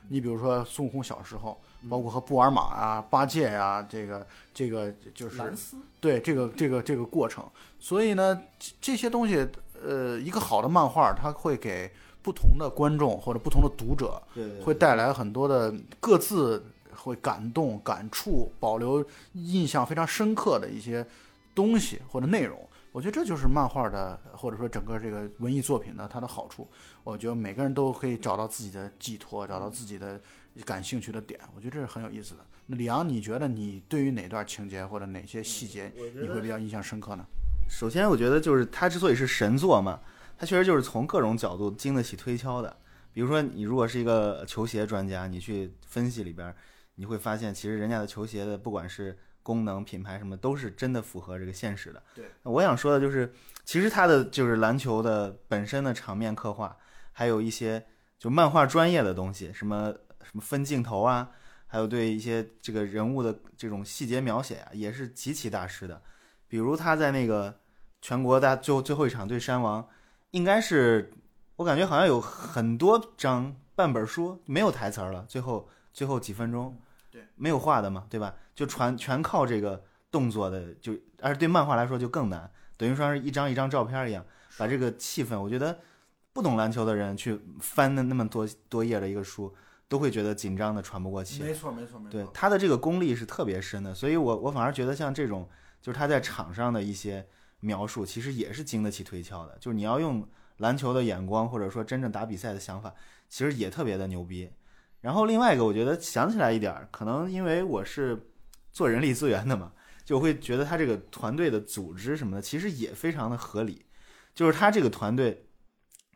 [SPEAKER 1] 你比如说孙悟空小时候，
[SPEAKER 2] 嗯
[SPEAKER 1] 包括和布尔玛啊、八戒呀、这个这个就是
[SPEAKER 2] 蓝丝
[SPEAKER 1] 对这个这个这个过程。所以呢，这这些东西，呃，一个好的漫画，它会给不同的观众或者不同的读者
[SPEAKER 3] 对对对
[SPEAKER 1] 会带来很多的各自会感动、感触、保留印象非常深刻的一些东西或者内容。我觉得这就是漫画的，或者说整个这个文艺作品的它的好处。我觉得每个人都可以找到自己的寄托，找到自己的感兴趣的点。我觉得这是很有意思的。那李阳，你觉得你对于哪段情节或者哪些细节
[SPEAKER 3] 我觉
[SPEAKER 1] 你
[SPEAKER 3] 得
[SPEAKER 1] 会比较印象深刻呢？
[SPEAKER 3] 首先，我觉得就是它之所以是神作嘛，它确实就是从各种角度经得起推敲的。比如说，你如果是一个球鞋专家，你去分析里边儿，你会发现其实人家的球鞋的不管是功能、品牌什么，都是真的符合这个现实的。
[SPEAKER 1] 对，
[SPEAKER 3] 我想说的就是，其实它的就是篮球的本身的场面刻画，还有一些就漫画专业的东西，什么什么分镜头啊，还有对一些这个人物的这种细节描写啊，也是极其大师的。比如他在那个全国大最后最后一场对山王，应该是我感觉好像有很多章半本书没有台词儿了，最后最后几分钟，
[SPEAKER 1] 对，
[SPEAKER 3] 没有画的嘛，对吧？就全全靠这个动作的，就而对漫画来说就更难，等于说是一张一张照片一样，把这个气氛，我觉得不懂篮球的人去翻那那么多多页的一个书，都会觉得紧张的喘不过气来。
[SPEAKER 1] 错，没错，没
[SPEAKER 3] 对，他的这个功力是特别深的，所以我我反而觉得像这种就是他在场上的一些描述，其实也是经得起推敲的。就是你要用篮球的眼光，或者说真正打比赛的想法，其实也特别的牛逼。然后另外一个，我觉得想起来一点儿，可能因为我是做人力资源的嘛，就会觉得他这个团队的组织什么的，其实也非常的合理。就是他这个团队，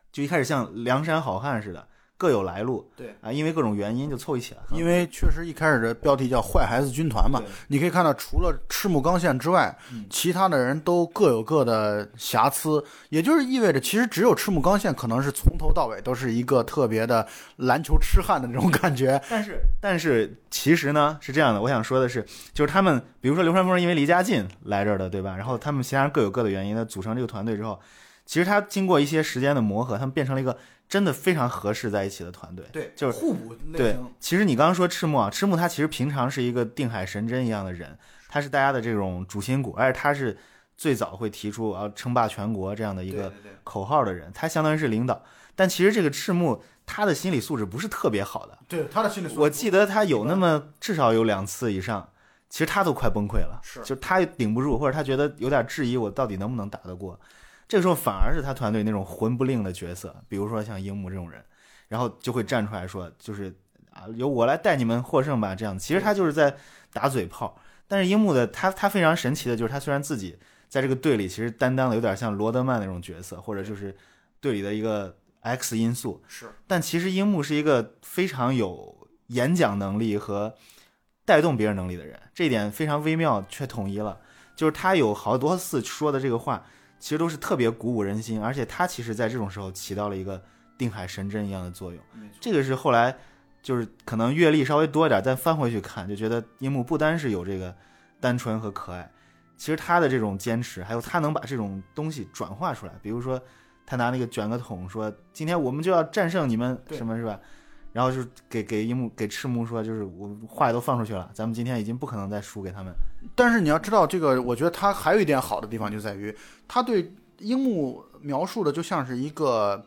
[SPEAKER 3] 就一开始像梁山好汉似的，各有来路。
[SPEAKER 1] 对
[SPEAKER 3] 啊，因为各种原因就凑一起了。
[SPEAKER 1] 因为确实一开始的标题叫“坏孩子军团”嘛
[SPEAKER 3] 对，
[SPEAKER 1] 你可以看到，除了赤木刚宪之外，其他的人都各有各的瑕疵，也就是意味着，其实只有赤木刚宪可能是从头到尾都是一个特别的篮球痴汉的那种感觉。
[SPEAKER 3] 但是，但是其实呢是这样的，我想说的是，就是他们，比如说流川枫是因为离家近来这儿的，对吧？然后他们其他人各有各的原因呢，组成这个团队之后，其实他经过一些时间的磨合，他们变成了一个真的非常合适在一起的团队。
[SPEAKER 1] 对
[SPEAKER 3] 就是
[SPEAKER 1] 互补
[SPEAKER 3] 对，其实你刚刚说赤木啊，赤木他其实平常是一个定海神针一样的人，他是大家的这种主心骨，而且他是最早会提出啊称霸全国这样的一个口号的人，他相当于是领导。但其实这个赤木他的心理素质不是特别好的。
[SPEAKER 1] 对他的心理素质，
[SPEAKER 3] 我记得他有那么至少有两次以上，其实他都快崩溃了，
[SPEAKER 1] 是
[SPEAKER 3] 就他顶不住，或者他觉得有点质疑我到底能不能打得过。这个时候反而是他团队那种魂不吝的角色，比如说像樱木这种人，然后就会站出来说，就是啊，由我来带你们获胜吧，这样。其实他就是在打嘴炮。但是樱木的他他非常神奇的就是他虽然自己在这个队里其实担当的有点像罗德曼那种角色，或者就是队里的一个 X 因素，
[SPEAKER 1] 是
[SPEAKER 3] 但其实樱木是一个非常有演讲能力和带动别人能力的人，这一点非常微妙却统一了。就是他有好多次说的这个话，其实都是特别鼓舞人心，而且他其实在这种时候起到了一个定海神针一样的作用。这个是后来就是可能阅历稍微多一点，但翻回去看就觉得樱木不单是有这个单纯和可爱，其实他的这种坚持，还有他能把这种东西转化出来，比如说他拿那个卷个筒说：“今天我们就要战胜你们，
[SPEAKER 1] 对
[SPEAKER 3] 什么是吧？”然后就是给给樱木给赤木说，就是我话也都放出去了，咱们今天已经不可能再输给他们。
[SPEAKER 1] 但是你要知道，这个我觉得他还有一点好的地方就在于，他对樱木描述的就像是一个，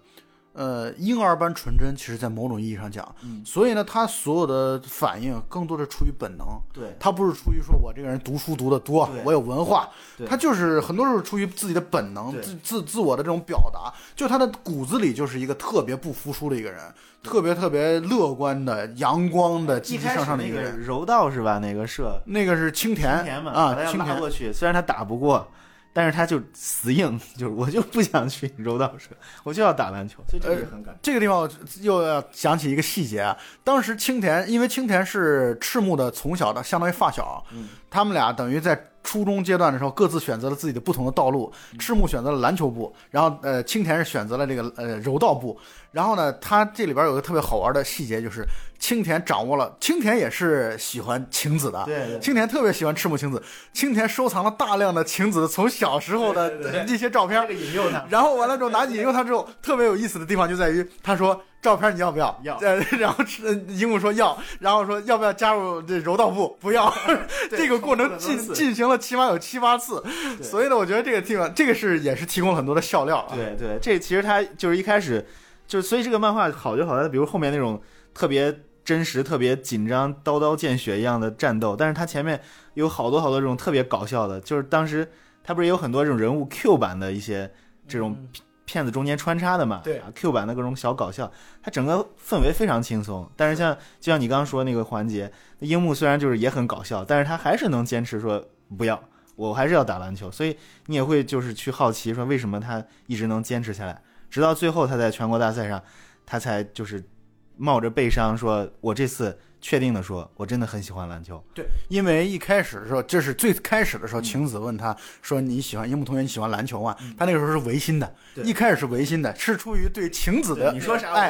[SPEAKER 1] 呃，婴儿般纯真，其实在某种意义上讲，
[SPEAKER 3] 嗯
[SPEAKER 1] 所以呢，他所有的反应更多的出于本能，
[SPEAKER 3] 对
[SPEAKER 1] 他不是出于说我这个人读书读得多
[SPEAKER 3] 对，
[SPEAKER 1] 我有文化
[SPEAKER 3] 对，
[SPEAKER 1] 他就是很多时候出于自己的本能
[SPEAKER 3] 对，
[SPEAKER 1] 自自自我的这种表达，就他的骨子里就是一个特别不服输的一个人，特别特别乐观的、阳光的、积
[SPEAKER 3] 一
[SPEAKER 1] 极
[SPEAKER 3] 开始
[SPEAKER 1] 向上的一
[SPEAKER 3] 那
[SPEAKER 1] 个
[SPEAKER 3] 个
[SPEAKER 1] 人。
[SPEAKER 3] 柔道是吧？那个射
[SPEAKER 1] 那个是青田
[SPEAKER 3] 青田嘛，把
[SPEAKER 1] 啊
[SPEAKER 3] 他，要
[SPEAKER 1] 青
[SPEAKER 3] 拉
[SPEAKER 1] 田
[SPEAKER 3] 过去，虽然他打不过，但是他就死硬， 就是我就不想去柔道社，我就要打篮球，所以这个也很感
[SPEAKER 1] 这个地方我又要想起一个细节啊，当时青田，因为青田是赤木的从小的相当于发小，
[SPEAKER 3] 嗯
[SPEAKER 1] 他们俩等于在初中阶段的时候各自选择了自己的不同的道路。
[SPEAKER 3] 嗯
[SPEAKER 1] 赤木选择了篮球部，然后呃青田是选择了这个呃柔道部。然后呢，他这里边有个特别好玩的细节，就是青田掌握了，青田也是喜欢晴子的，
[SPEAKER 3] 呃对对
[SPEAKER 1] 青田特别喜欢赤木晴子，青田收藏了大量的晴子从小时候的
[SPEAKER 3] 对对对
[SPEAKER 1] 一些照片
[SPEAKER 3] 这，个引诱他，
[SPEAKER 1] 然后完了之后拿引诱他之后，特别有意思的地方就在于，他说照片你要不要？
[SPEAKER 3] 要
[SPEAKER 1] 呃，然后是呃樱木说要，然后说要不要加入这柔道部？不要。 这个过程进进行了起码有七八次，
[SPEAKER 3] 对
[SPEAKER 1] 所以呢，我觉得这个地方这个是也是提供了很多的笑料啊。
[SPEAKER 3] 对对，这其实他就是一开始就是，所以这个漫画好就好在，比如后面那种特别真实、特别紧张、刀刀见血一样的战斗，但是他前面有好多好多这种特别搞笑的，就是当时他不是也有很多这种人物 Q 版的一些这种
[SPEAKER 2] 嗯
[SPEAKER 3] 骗子中间穿插的嘛，
[SPEAKER 1] 对
[SPEAKER 3] 啊，Q 版的各种小搞笑，它整个氛围非常轻松。但是像就像你刚刚说那个环节，那樱木虽然就是也很搞笑，但是他还是能坚持说不要，我还是要打篮球。所以你也会就是去好奇说为什么他一直能坚持下来，直到最后他在全国大赛上，他才就是冒着悲伤说，我这次确定的说，我真的很喜欢篮球。
[SPEAKER 1] 对，因为一开始的时候，这是最开始的时候，
[SPEAKER 3] 嗯
[SPEAKER 1] 晴子问他说：“你喜欢樱木同学，你喜欢篮球吗？”他那个时候是违心的，
[SPEAKER 3] 对
[SPEAKER 1] 一开始是违心的，是出于对晴子的爱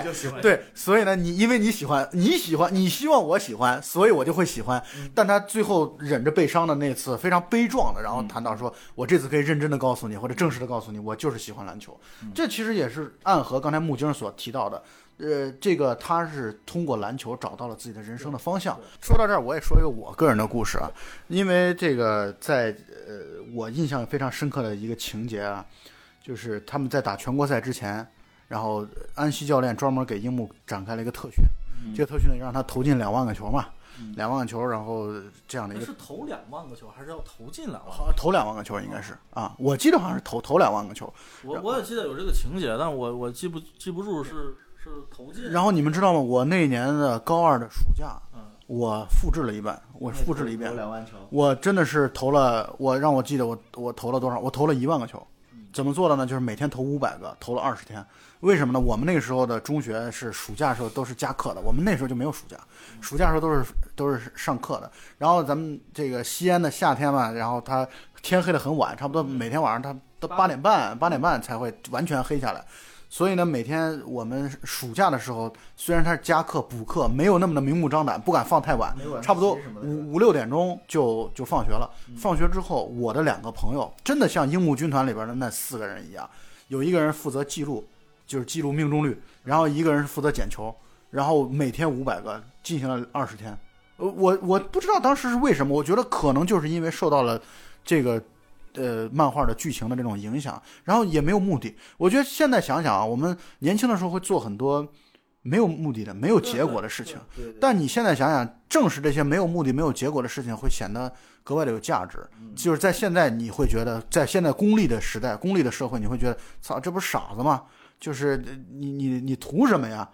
[SPEAKER 3] 就喜欢
[SPEAKER 1] 哎对，所以呢，你因为你喜欢，你喜欢，你希望我喜欢，所以我就会喜欢。
[SPEAKER 3] 嗯
[SPEAKER 1] 但他最后忍着被伤的那次非常悲壮的，然后
[SPEAKER 3] 嗯
[SPEAKER 1] 谈到说，我这次可以认真的告诉你，或者正式的告诉你，我就是喜欢篮球。
[SPEAKER 3] 嗯
[SPEAKER 1] 这其实也是暗合刚才木晶所提到的。呃，这个他是通过篮球找到了自己的人生的方向。说到这儿，我也说一个我个人的故事啊，因为这个在呃，我印象非常深刻的一个情节啊，就是他们在打全国赛之前，然后安西教练专门给樱木展开了一个特训，这个特训呢让他投进两万个球嘛，两万个球，然后这样的一
[SPEAKER 2] 那
[SPEAKER 1] 个哦
[SPEAKER 2] 是投两万个球，还是要投进两万个
[SPEAKER 1] 好投两万个球应该是啊，我记得好像是投投两万个球。
[SPEAKER 2] 球？我我也记得有这个情节，但我我记不记不住是是投进。
[SPEAKER 1] 然后你们知道吗？我那年的高二的暑假，
[SPEAKER 2] 嗯
[SPEAKER 1] 我复制了一遍，我复制了一遍
[SPEAKER 3] 有，两万球，
[SPEAKER 1] 我真的是投了，我让我记得我我投了多少？我投了一万个球。怎么做的呢？就是每天投五百个，投了二十天。为什么呢？我们那个时候的中学是暑假时候都是加课的，我们那时候就没有暑假，暑假时候都是都是上课的。然后咱们这个西安的夏天嘛，然后它天黑的很晚，差不多每天晚上它都八点半八点半才会完全黑下来。所以呢，每天我们暑假的时候，虽然它是加课补课，没有那么的明目张胆，不敢放太晚
[SPEAKER 3] 没有晚，自习
[SPEAKER 1] 差不多
[SPEAKER 3] 什么的是吧嗯
[SPEAKER 1] 五五六点钟就就放学了。放学之后，我的两个朋友真的像樱木军团里边的那四个人一样，有一个人负责记录，就是记录命中率，然后一个人是负责捡球，然后每天五百个，进行了二十天。呃，我我不知道当时是为什么，我觉得可能就是因为受到了这个呃漫画的剧情的这种影响，然后也没有目的。我觉得现在想想啊，我们年轻的时候会做很多没有目的的、没有结果的事情。
[SPEAKER 3] 对对对
[SPEAKER 1] 但你现在想想，正是这些没有目的、没有结果的事情，会显得格外的有价值。
[SPEAKER 3] 嗯
[SPEAKER 1] 就是在现在，你会觉得，在现在功利的时代、功利的社会，你会觉得，操，这不是傻子吗？就是呃你你你图什么呀？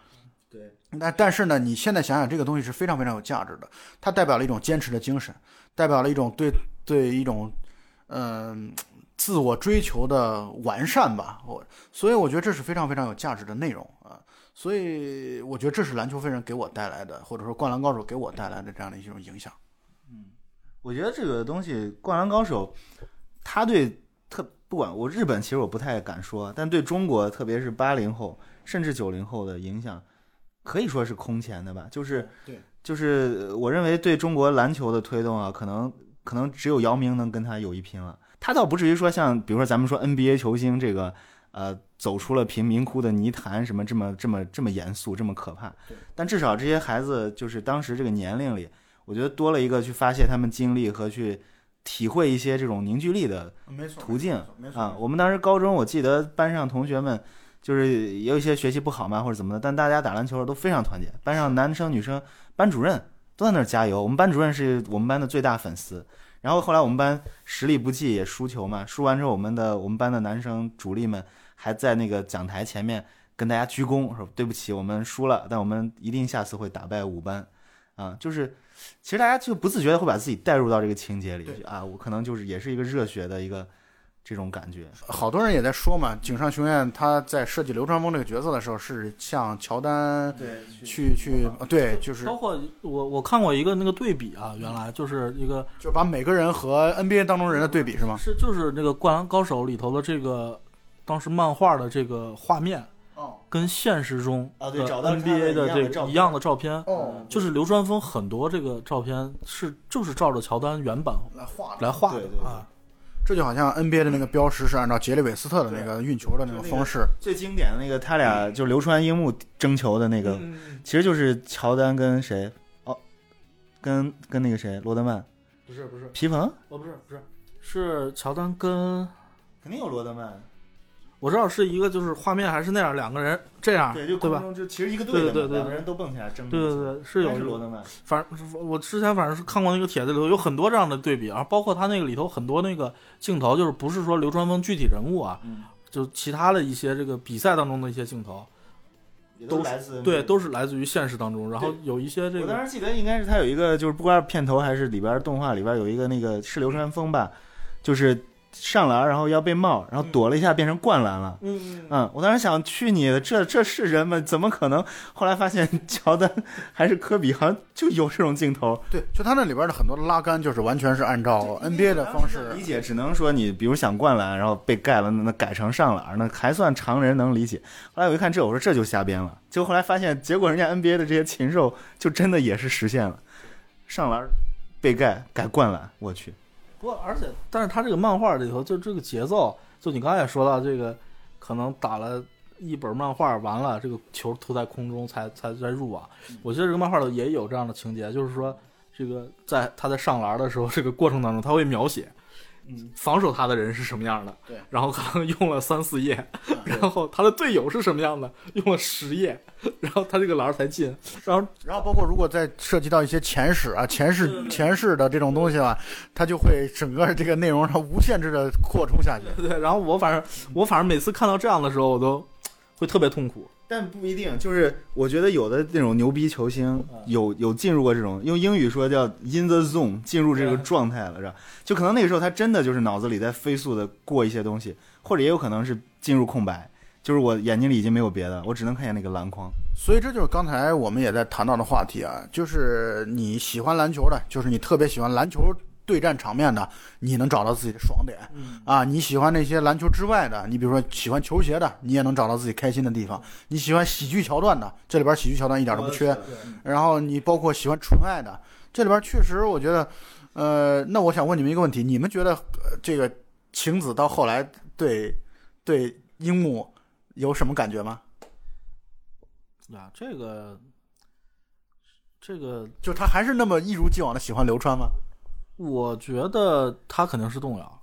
[SPEAKER 3] 对
[SPEAKER 1] 那但是呢，你现在想想，这个东西是非常非常有价值的，它代表了一种坚持的精神，代表了一种对对一种嗯、自我追求的完善吧。我所以我觉得这是非常非常有价值的内容啊。所以我觉得这是篮球飞人给我带来的，或者说《灌篮高手》给我带来的这样的一种影响。
[SPEAKER 3] 我觉得这个东西《灌篮高手》，他对特不管我日本其实我不太敢说，但对中国特别是八零后甚至九零后的影响，可以说是空前的吧。就是
[SPEAKER 1] 对，
[SPEAKER 3] 就是呃我认为对中国篮球的推动啊，可能可能只有姚明能跟他有一拼了。他倒不至于说像比如说咱们说 NBA 球星这个。呃，走出了贫民窟的泥潭，什么这么这么这么严肃，这么可怕
[SPEAKER 1] 对。
[SPEAKER 3] 但至少这些孩子，就是当时这个年龄里，我觉得多了一个去发泄他们精力和去体会一些这种凝聚力的
[SPEAKER 1] 啊没错
[SPEAKER 3] 途径
[SPEAKER 1] 没错没错
[SPEAKER 3] 啊。我们当时高中，我记得班上同学们就是也有一些学习不好嘛或者怎么的，但大家打篮球都非常团结，班上男生女生、班主任都在那儿加油。我们班主任是我们班的最大粉丝。然后后来我们班实力不济也输球嘛，输完之后我们的我们班的男生主力们还在那个讲台前面跟大家鞠躬说对不起，我们输了，但我们一定下次会打败五班。啊，就是其实大家就不自觉的会把自己带入到这个情节里
[SPEAKER 1] 对
[SPEAKER 3] 就啊，我可能就是也是一个热血的一个这种感觉。
[SPEAKER 1] 好多人也在说嘛，井上雄彦他在设计流川枫这个角色的时候，是向乔丹
[SPEAKER 3] 对，
[SPEAKER 1] 去去呃对，就是
[SPEAKER 2] 包括我我看过一个那个对比啊，原来就是一个
[SPEAKER 1] 就是把每个人和 NBA 当中人的对比是吗？
[SPEAKER 2] 是就是那个《灌篮高手》里头的这个当时漫画的这个画面，
[SPEAKER 3] 哦
[SPEAKER 2] 跟现实中
[SPEAKER 3] 啊对
[SPEAKER 2] 呃
[SPEAKER 3] 找到他的
[SPEAKER 2] NBA
[SPEAKER 3] 一样的
[SPEAKER 2] 这
[SPEAKER 3] 照
[SPEAKER 2] 个
[SPEAKER 3] 片
[SPEAKER 2] 一样的照片，
[SPEAKER 1] 哦
[SPEAKER 2] 就是流川枫很多这个照片是就是照着乔丹原版
[SPEAKER 1] 来画
[SPEAKER 2] 来画
[SPEAKER 3] 对
[SPEAKER 2] 的
[SPEAKER 3] 对对
[SPEAKER 2] 啊。
[SPEAKER 1] 这就好像 NBA 的那个标识是按照杰里韦斯特的那个运球的那种方式，
[SPEAKER 3] 最经典的那个他俩就流川樱木争球的那个，
[SPEAKER 2] 嗯
[SPEAKER 3] 其实就是乔丹跟谁哦，跟跟那个谁罗德曼
[SPEAKER 2] 不是不是，
[SPEAKER 3] 皮蓬，
[SPEAKER 2] 哦不是不是，是乔丹跟
[SPEAKER 3] 肯定有罗德曼，
[SPEAKER 2] 我知道是一个就是画面还是那样两个人这样
[SPEAKER 3] 啊对，就
[SPEAKER 2] 对
[SPEAKER 3] 空
[SPEAKER 2] 吧？
[SPEAKER 3] 中就其实一个
[SPEAKER 2] 对
[SPEAKER 3] 队的嘛，
[SPEAKER 2] 对对对
[SPEAKER 3] 两个人都蹦起来争，
[SPEAKER 2] 对对，对，嗯是
[SPEAKER 3] 是
[SPEAKER 2] 有
[SPEAKER 3] 是罗德曼，
[SPEAKER 2] 反正我之前反正是看过那个帖子里头有很多这样的对比，然后包括他那个里头很多那个镜头，就是不是说流川枫具体人物啊，
[SPEAKER 3] 嗯，
[SPEAKER 2] 就其他的一些这个比赛当中的一些镜头，
[SPEAKER 3] 也
[SPEAKER 2] 都
[SPEAKER 3] 是来自
[SPEAKER 2] 对，都
[SPEAKER 3] 是。
[SPEAKER 2] 是来自于现实当中，然后有一些这
[SPEAKER 3] 我当
[SPEAKER 2] 个
[SPEAKER 3] 时记得应该是他有一个，就是不管是片头还是里边动画里边有一个那个是流川枫吧，就是上篮然后要被帽，然后躲了一下变成灌篮了。
[SPEAKER 2] 嗯，
[SPEAKER 3] 嗯，我当时想去你的，这这是人吗？怎么可能？后来发现 乔丹还是科比，好像就有这种镜头。
[SPEAKER 1] 对，就他那里边的很多拉杆就是完全是按照 NBA 的方式
[SPEAKER 3] 理解，只能说你比如想灌篮，然后被盖了，那那改成上篮，那还算常人能理解。后来我一看这，我说这就瞎编了。结果后来发现，结果人家 NBA 的这些禽兽就真的也是实现了，上篮被盖改灌篮，我去，
[SPEAKER 2] 不过而且但是他这个漫画里头就这个节奏，就你刚才也说到这个，可能打了。一本漫画完了，这个球投在空中才才才入网。我记得这个漫画里头也有这样的情节，就是说，这个在他在上篮的时候，这个过程当中他会描写，
[SPEAKER 3] 嗯，
[SPEAKER 2] 防守他的人是什么样的，
[SPEAKER 1] 对，
[SPEAKER 2] 然后可能用了三四页，然后他的队友是什么样的，用了十页，然后他这个篮儿才进，然后
[SPEAKER 1] 然后包括如果再涉及到一些前史啊、前世、前世的这种东西啊，它就会整个这个内容上无限制的扩充下去。
[SPEAKER 2] 对，然后我反正我反正每次看到这样的时候，我都会特别痛苦。
[SPEAKER 3] 但不一定，就是我觉得有的那种牛逼球星有有进入过这种，用英语说叫 in the zone，进入这个状态了，是吧？就可能那个时候他真的就是脑子里在飞速的过一些东西，或者也有可能是进入空白，就是我眼睛里已经没有别的，我只能看见那个篮筐。
[SPEAKER 1] 所以这就是刚才我们也在谈到的话题啊，就是你喜欢篮球的，就是你特别喜欢篮球对战场面的，你能找到自己的爽点
[SPEAKER 2] 嗯，
[SPEAKER 1] 啊。你喜欢那些篮球之外的，你比如说喜欢球鞋的，你也能找到自己开心的地方。你喜欢喜剧桥段的，这里边喜剧桥段一点都不缺。然后你包括喜欢纯爱的，这里边确实我觉得，呃，那我想问你们一个问题：你们觉得、呃这个晴子到后来对对樱木有什么感觉吗？
[SPEAKER 2] 呀，啊这个这个，
[SPEAKER 1] 就他还是那么一如既往的喜欢流川吗？
[SPEAKER 2] 我觉得他肯定是动摇，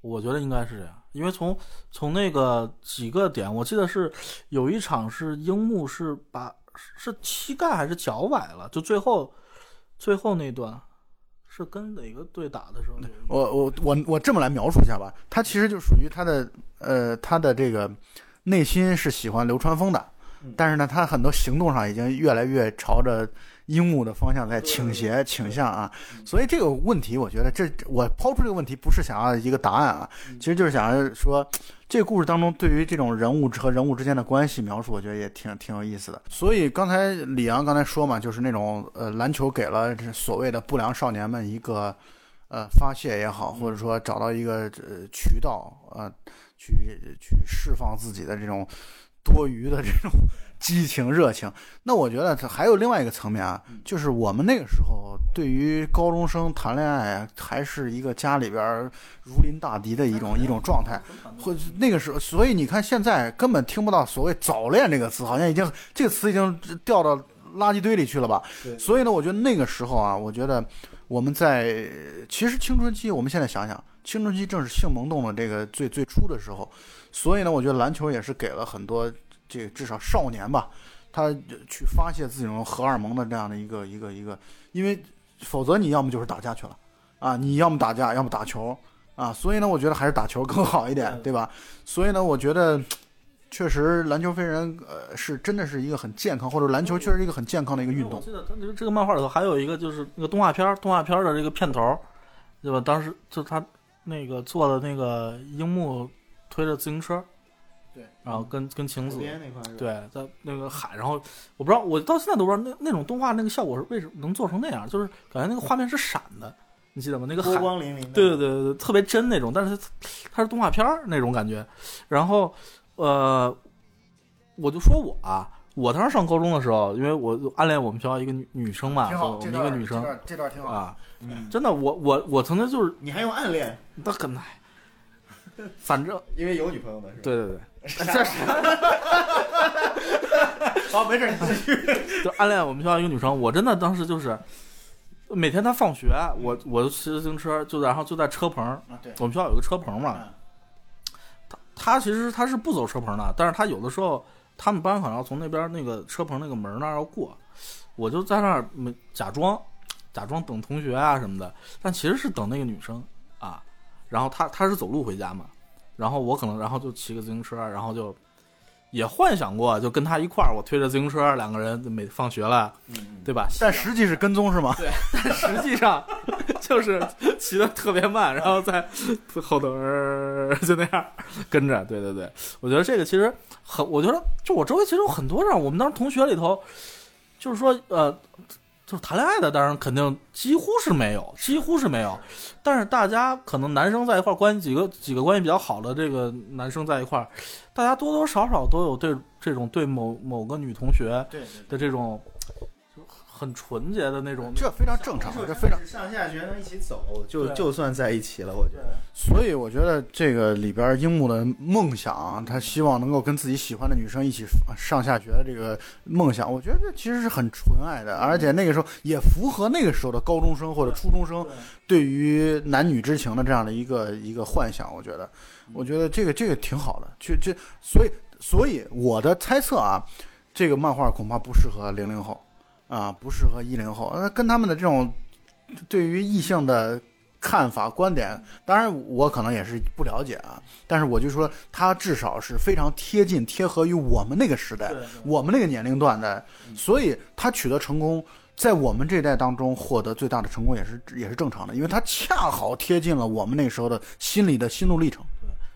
[SPEAKER 2] 我觉得应该是这样，因为从从那个几个点，我记得是有一场是樱木是把是膝盖还是脚崴了，就最后最后那段是跟哪个队打的时候有一个？
[SPEAKER 1] 我我我我这么来描述一下吧，他其实就属于他的呃他的这个内心是喜欢流川枫的，但是呢，他很多行动上已经越来越朝着樱木的方向在倾斜倾向啊，所以这个问题，我觉得这我抛出这个问题不是想要一个答案啊，其实就是想要说这个故事当中对于这种人物和人物之间的关系描述，我觉得也挺挺有意思的。所以刚才李阳刚才说嘛，就是那种呃篮球给了这所谓的不良少年们一个。呃发泄也好，或者说找到一个呃渠道呃去去释放自己的这种多余的这种激情热情。那我觉得它还有另外一个层面啊，就是我们那个时候对于高中生谈恋爱还是一个家里边儿如临大敌的一种一种状态。或那个时候，所以你看现在根本听不到所谓早恋这个词，好像已经这个词已经掉到垃圾堆里去了吧
[SPEAKER 3] 对？
[SPEAKER 1] 所以呢，我觉得那个时候啊，我觉得我们在其实青春期，我们现在想想，青春期正是性萌动的这个最最初的时候，所以呢，我觉得篮球也是给了很多这个至少少年吧，他去发泄自己那种荷尔蒙的这样的一个一个一个，因为否则你要么就是打架去了啊，你要么打架，要么打球啊，所以呢，我觉得还是打球更好一点，对吧？所以呢，我觉得。确实，篮球飞人呃是真的是一个很健康，或者篮球确实是一个很健康的一个运
[SPEAKER 2] 嗯我
[SPEAKER 1] 动。
[SPEAKER 2] 记得他这个这个漫画里头还有一个就是那个动画片儿，动画片儿的这个片头儿，对吧？当时就他那个做的那个樱木推着自行车，
[SPEAKER 1] 对，
[SPEAKER 2] 然后跟跟晴
[SPEAKER 3] 湖
[SPEAKER 2] 子，
[SPEAKER 3] 边那块儿，，
[SPEAKER 2] 对，在那个海，然后我不知道，我到现在都不知道那那种动画那个效果是为什么能做成那样，就是感觉那个画面是闪的，你记得吗？那个海
[SPEAKER 3] 波光粼粼的。
[SPEAKER 2] 对对对对，特别真那种，但是它它是动画片儿那种感觉。然后，呃，我就说我啊，我当时上高中的时候，因为我暗恋我们学校一个女女生嘛，
[SPEAKER 1] 挺
[SPEAKER 2] 我
[SPEAKER 1] 好，
[SPEAKER 2] 们
[SPEAKER 1] 这
[SPEAKER 2] 一
[SPEAKER 1] 段
[SPEAKER 2] 个女生
[SPEAKER 1] 这段这段挺好。
[SPEAKER 2] 啊，
[SPEAKER 3] 嗯，
[SPEAKER 2] 真的，我我我曾经就是
[SPEAKER 3] 你还用暗恋？
[SPEAKER 2] 那很，反正
[SPEAKER 3] 因为有女朋友的是吧？
[SPEAKER 2] 对对对，
[SPEAKER 3] 好，没事，你继 续。
[SPEAKER 2] 就暗恋我们学校一个女生，我真的当时就是每天她放学，我我就骑自行车，就在然后就在车棚儿，
[SPEAKER 3] 啊，对，嗯
[SPEAKER 2] 我们学校有个车棚嘛，他其实他是不走车棚的，但是他有的时候他们班好像从那边那个车棚那个门那儿要过，我就在那儿没假装假装等同学啊什么的，但其实是等那个女生啊。然后他他是走路回家嘛，然后我可能然后就骑个自行车，然后就也幻想过就跟他一块儿，我推着自行车，两个人每放学了，
[SPEAKER 3] 嗯，
[SPEAKER 2] 对吧？
[SPEAKER 1] 但实际是跟踪是吗？
[SPEAKER 2] 实际上就是骑的特别慢，然后在后头儿就那样跟着。对对对，我觉得这个其实很，我觉得就我周围其实有很多让我们当时同学里头，就是说呃，就是谈恋爱的，当然肯定几乎是没有，几乎是没有。但是大家可能男生在一块儿关系几个几个关系比较好的这个男生在一块儿，大家多多少少都有对这种对某某个女同学
[SPEAKER 3] 对对对。
[SPEAKER 2] 的这种。很纯洁的那种，
[SPEAKER 1] 这非常正常，这非常。
[SPEAKER 3] 上下学能一起走，就
[SPEAKER 2] 对
[SPEAKER 3] 就算在一起了，我觉得。
[SPEAKER 1] 所以我觉得这个里边樱木的梦想，他希望能够跟自己喜欢的女生一起上下学的这个梦想，我觉得这其实是很纯爱的，而且那个时候也符合那个时候的高中生或者初中生对于男女之情的这样的一个一个幻想。我觉得，我觉得这个这个挺好的。去这，所以所以我的猜测啊，这个漫画恐怕不适合零零后啊，不适合一零后，呃，跟他们的这种对于异性的看法观点，当然我可能也是不了解啊，但是我就说它至少是非常贴近贴合于我们那个时代
[SPEAKER 2] 对对，
[SPEAKER 1] 我们那个年龄段的，所以它取得成功。在我们这一代当中获得最大的成功也是也是正常的，因为它恰好贴近了我们那时候的心理的心路历程。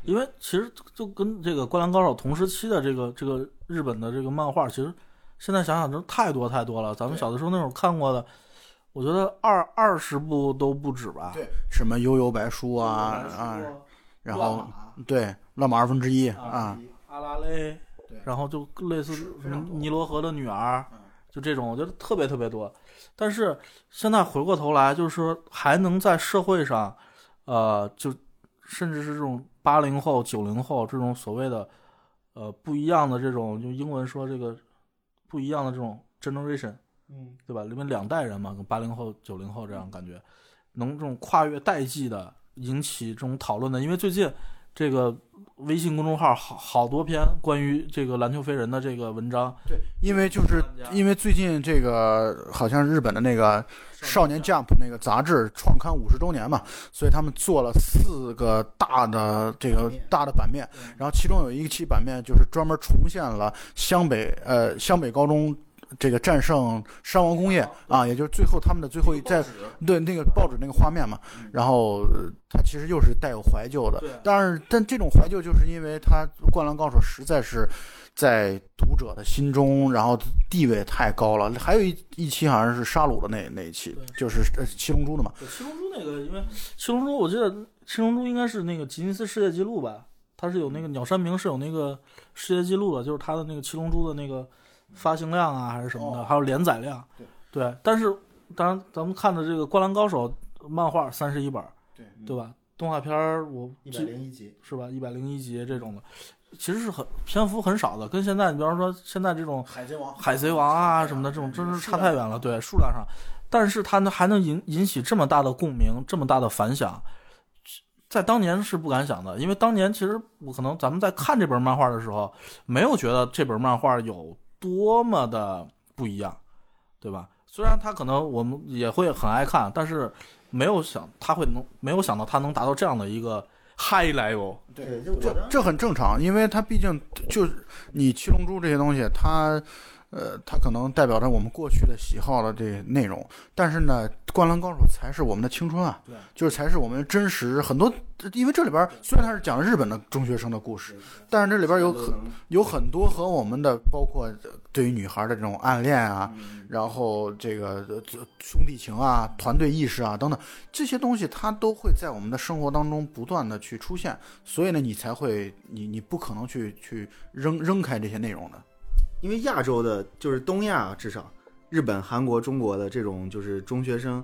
[SPEAKER 2] 因为其实就跟这个《灌篮高手》同时期的这个这个日本的这个漫画，其实现在想想真太多太多了。咱们小的时候那种看过的，我觉得二二十部都不止吧。
[SPEAKER 1] 对，什么悠悠白书啊啊，然后对乱码二分之一啊，
[SPEAKER 2] 阿拉蕾，
[SPEAKER 1] 对
[SPEAKER 2] 然后就类似
[SPEAKER 1] 非常多
[SPEAKER 2] 尼罗河的女儿
[SPEAKER 1] 嗯，
[SPEAKER 2] 就这种，我觉得特别特别多。但是现在回过头来，就是说还能在社会上，呃，就甚至是这种八零后、九零后这种所谓的呃不一样的这种，就英文说这个不一样的这种 generation，
[SPEAKER 3] 嗯，
[SPEAKER 2] 对吧？里面两代人嘛，八零后、九零后这样感觉，能这种跨越代际的引起这种讨论的，因为最近这个微信公众号好好多篇关于这个篮球飞人的这个文章，
[SPEAKER 1] 对，因为就是因为最近这个好像日本的那个《少年 Jump》那个杂志创刊五十周年嘛，所以他们做了四个大的这个大的版面，然后其中有一期版面就是专门重现了湘北呃湘北高中。这个战胜山王工业啊，也就是最后他们的最后一在对那个报纸那个画面嘛，然后呃它其实又是带有怀旧的
[SPEAKER 2] 嗯对，
[SPEAKER 1] 但是但这种怀旧就是因为它《灌篮高手》实在是在读者的心中，然后地位太高了。还有一一期好像是沙鲁的那那一期
[SPEAKER 2] 对，
[SPEAKER 1] 就是呃七龙珠的嘛，
[SPEAKER 2] 对七龙珠那个，因为七龙珠，我记得七龙珠应该是那个吉尼斯世界纪录吧？它是有
[SPEAKER 1] 嗯
[SPEAKER 2] 那个鸟山明是有那个世界纪录的，就是它的那个七龙珠的那个发行量啊，还是什么的，
[SPEAKER 1] 哦
[SPEAKER 2] 还有连载量。
[SPEAKER 1] 对
[SPEAKER 2] 但是当然咱们看的这个《灌篮高手》漫画三十一本儿，
[SPEAKER 1] 对
[SPEAKER 2] 对吧？动画片儿我
[SPEAKER 3] 嗯一百
[SPEAKER 2] 记
[SPEAKER 3] 零一集，
[SPEAKER 2] 是吧？一百零一集这种的，其实是很篇幅很少的，跟现在你比方说现在这种
[SPEAKER 1] 海贼王
[SPEAKER 2] 海贼王啊什么的，这种真是差太远了，对数量上，但是它能还能引引起这么大的共鸣，这么大的反响，在当年是不敢想的，因为当年其实我可能咱们在看这本漫画的时候，没有觉得这本漫画有多么的不一样，对吧？虽然它可能我们也会很爱看，但是没有想它会能没有想到它能达到这样的一个 high level。
[SPEAKER 3] 对，就我
[SPEAKER 1] 这
[SPEAKER 3] 当
[SPEAKER 1] 这很正常，因为它毕竟就是你七龙珠这些东西，它呃，它可能代表着我们过去的喜好的这内容，但是呢，《灌篮高手》才是我们的青春啊，
[SPEAKER 2] 对，
[SPEAKER 1] 就是才是我们真实很多，因为这里边儿虽然它是讲日本的中学生的故事，但是这里边儿有很
[SPEAKER 3] 能
[SPEAKER 1] 有很多和我们的，包括对于女孩的这种暗恋啊，然后这个呃这兄弟情啊、团队意识啊等等这些东西，它都会在我们的生活当中不断的去出现，所以呢，你才会你你不可能去去扔扔开这些内容的。
[SPEAKER 3] 因为亚洲的，就是东亚啊至少日本、韩国、中国的这种就是中学生，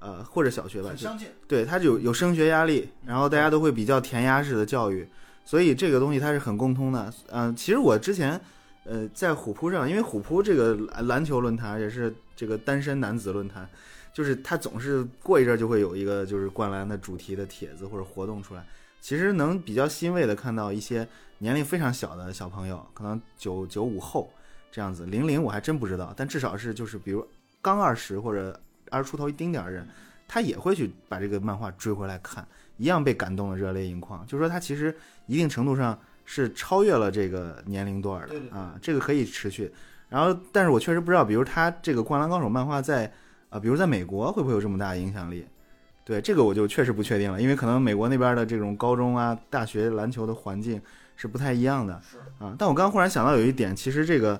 [SPEAKER 3] 呃或者小学吧，就
[SPEAKER 1] 近，
[SPEAKER 3] 对他有有升学压力，然后大家都会比较填鸭式的教育，所以这个东西它是很共通的。嗯、其实我之前呃在虎扑上，因为虎扑这个篮篮球论坛也是这个单身男子论坛，就是它总是过一阵儿就会有一个就是灌篮的主题的帖子或者活动出来。其实能比较欣慰的看到一些年龄非常小的小朋友，可能九九五后这样子，零零我还真不知道，但至少是就是比如刚二十或者二十出头一丁点儿的人，他也会去把这个漫画追回来看，一样被感动的热泪盈眶。就说他其实一定程度上是超越了这个年龄段儿的
[SPEAKER 1] 对对对
[SPEAKER 3] 啊，这个可以持续。然后，但是我确实不知道，比如他这个《灌篮高手》漫画在啊、呃比如在美国会不会有这么大的影响力？对这个我就确实不确定了，因为可能美国那边的这种高中啊、大学篮球的环境是不太一样的。啊，但我刚忽然想到有一点，其实这个，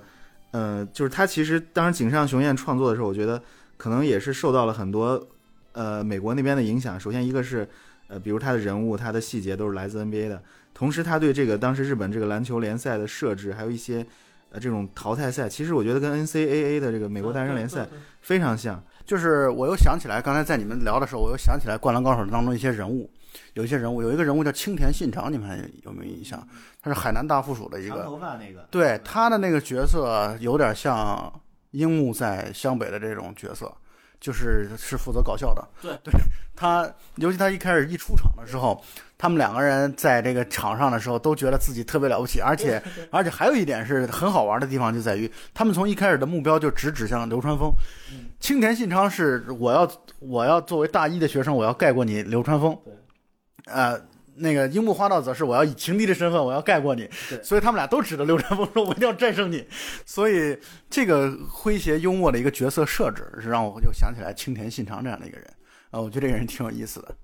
[SPEAKER 3] 呃，就是他其实当时井上雄彦创作的时候，我觉得可能也是受到了很多呃美国那边的影响。首先一个是呃，比如他的人物、他的细节都是来自 NBA 的，同时他对这个当时日本这个篮球联赛的设置，还有一些呃这种淘汰赛，其实我觉得跟 NCAA 的这个美国单人联赛
[SPEAKER 2] 对，对对
[SPEAKER 3] 非常像。
[SPEAKER 1] 就是我又想起来，刚才在你们聊的时候，我又想起来《灌篮高手》当中一些人物，有一些人物，有一个人物叫青田信长，你们还有没有印象？他是海南大附属的一个
[SPEAKER 3] 头发那个，
[SPEAKER 1] 对他的那个角色有点像樱木在湘北的这种角色，就是是负责搞笑的。
[SPEAKER 2] 对
[SPEAKER 1] 对，他尤其他一开始一出场的时候，他们两个人在这个场上的时候都觉得自己特别了不起，而且而且还有一点是很好玩的地方就在于，他们从一开始的目标就直指向流川枫。青田信昌是我要我要作为大一的学生，我要盖过你流川枫。
[SPEAKER 2] 对，
[SPEAKER 1] 呃。那个樱木花道则是我要以情敌的身份，我要盖过你，
[SPEAKER 3] 对
[SPEAKER 1] 所以他们俩都指着流川枫说：“我一定要战胜你。” 所以这个诙谐幽默的一个角色设置，是让我又想起来青田信长这样的一个人啊、我觉得这个人挺有意思的。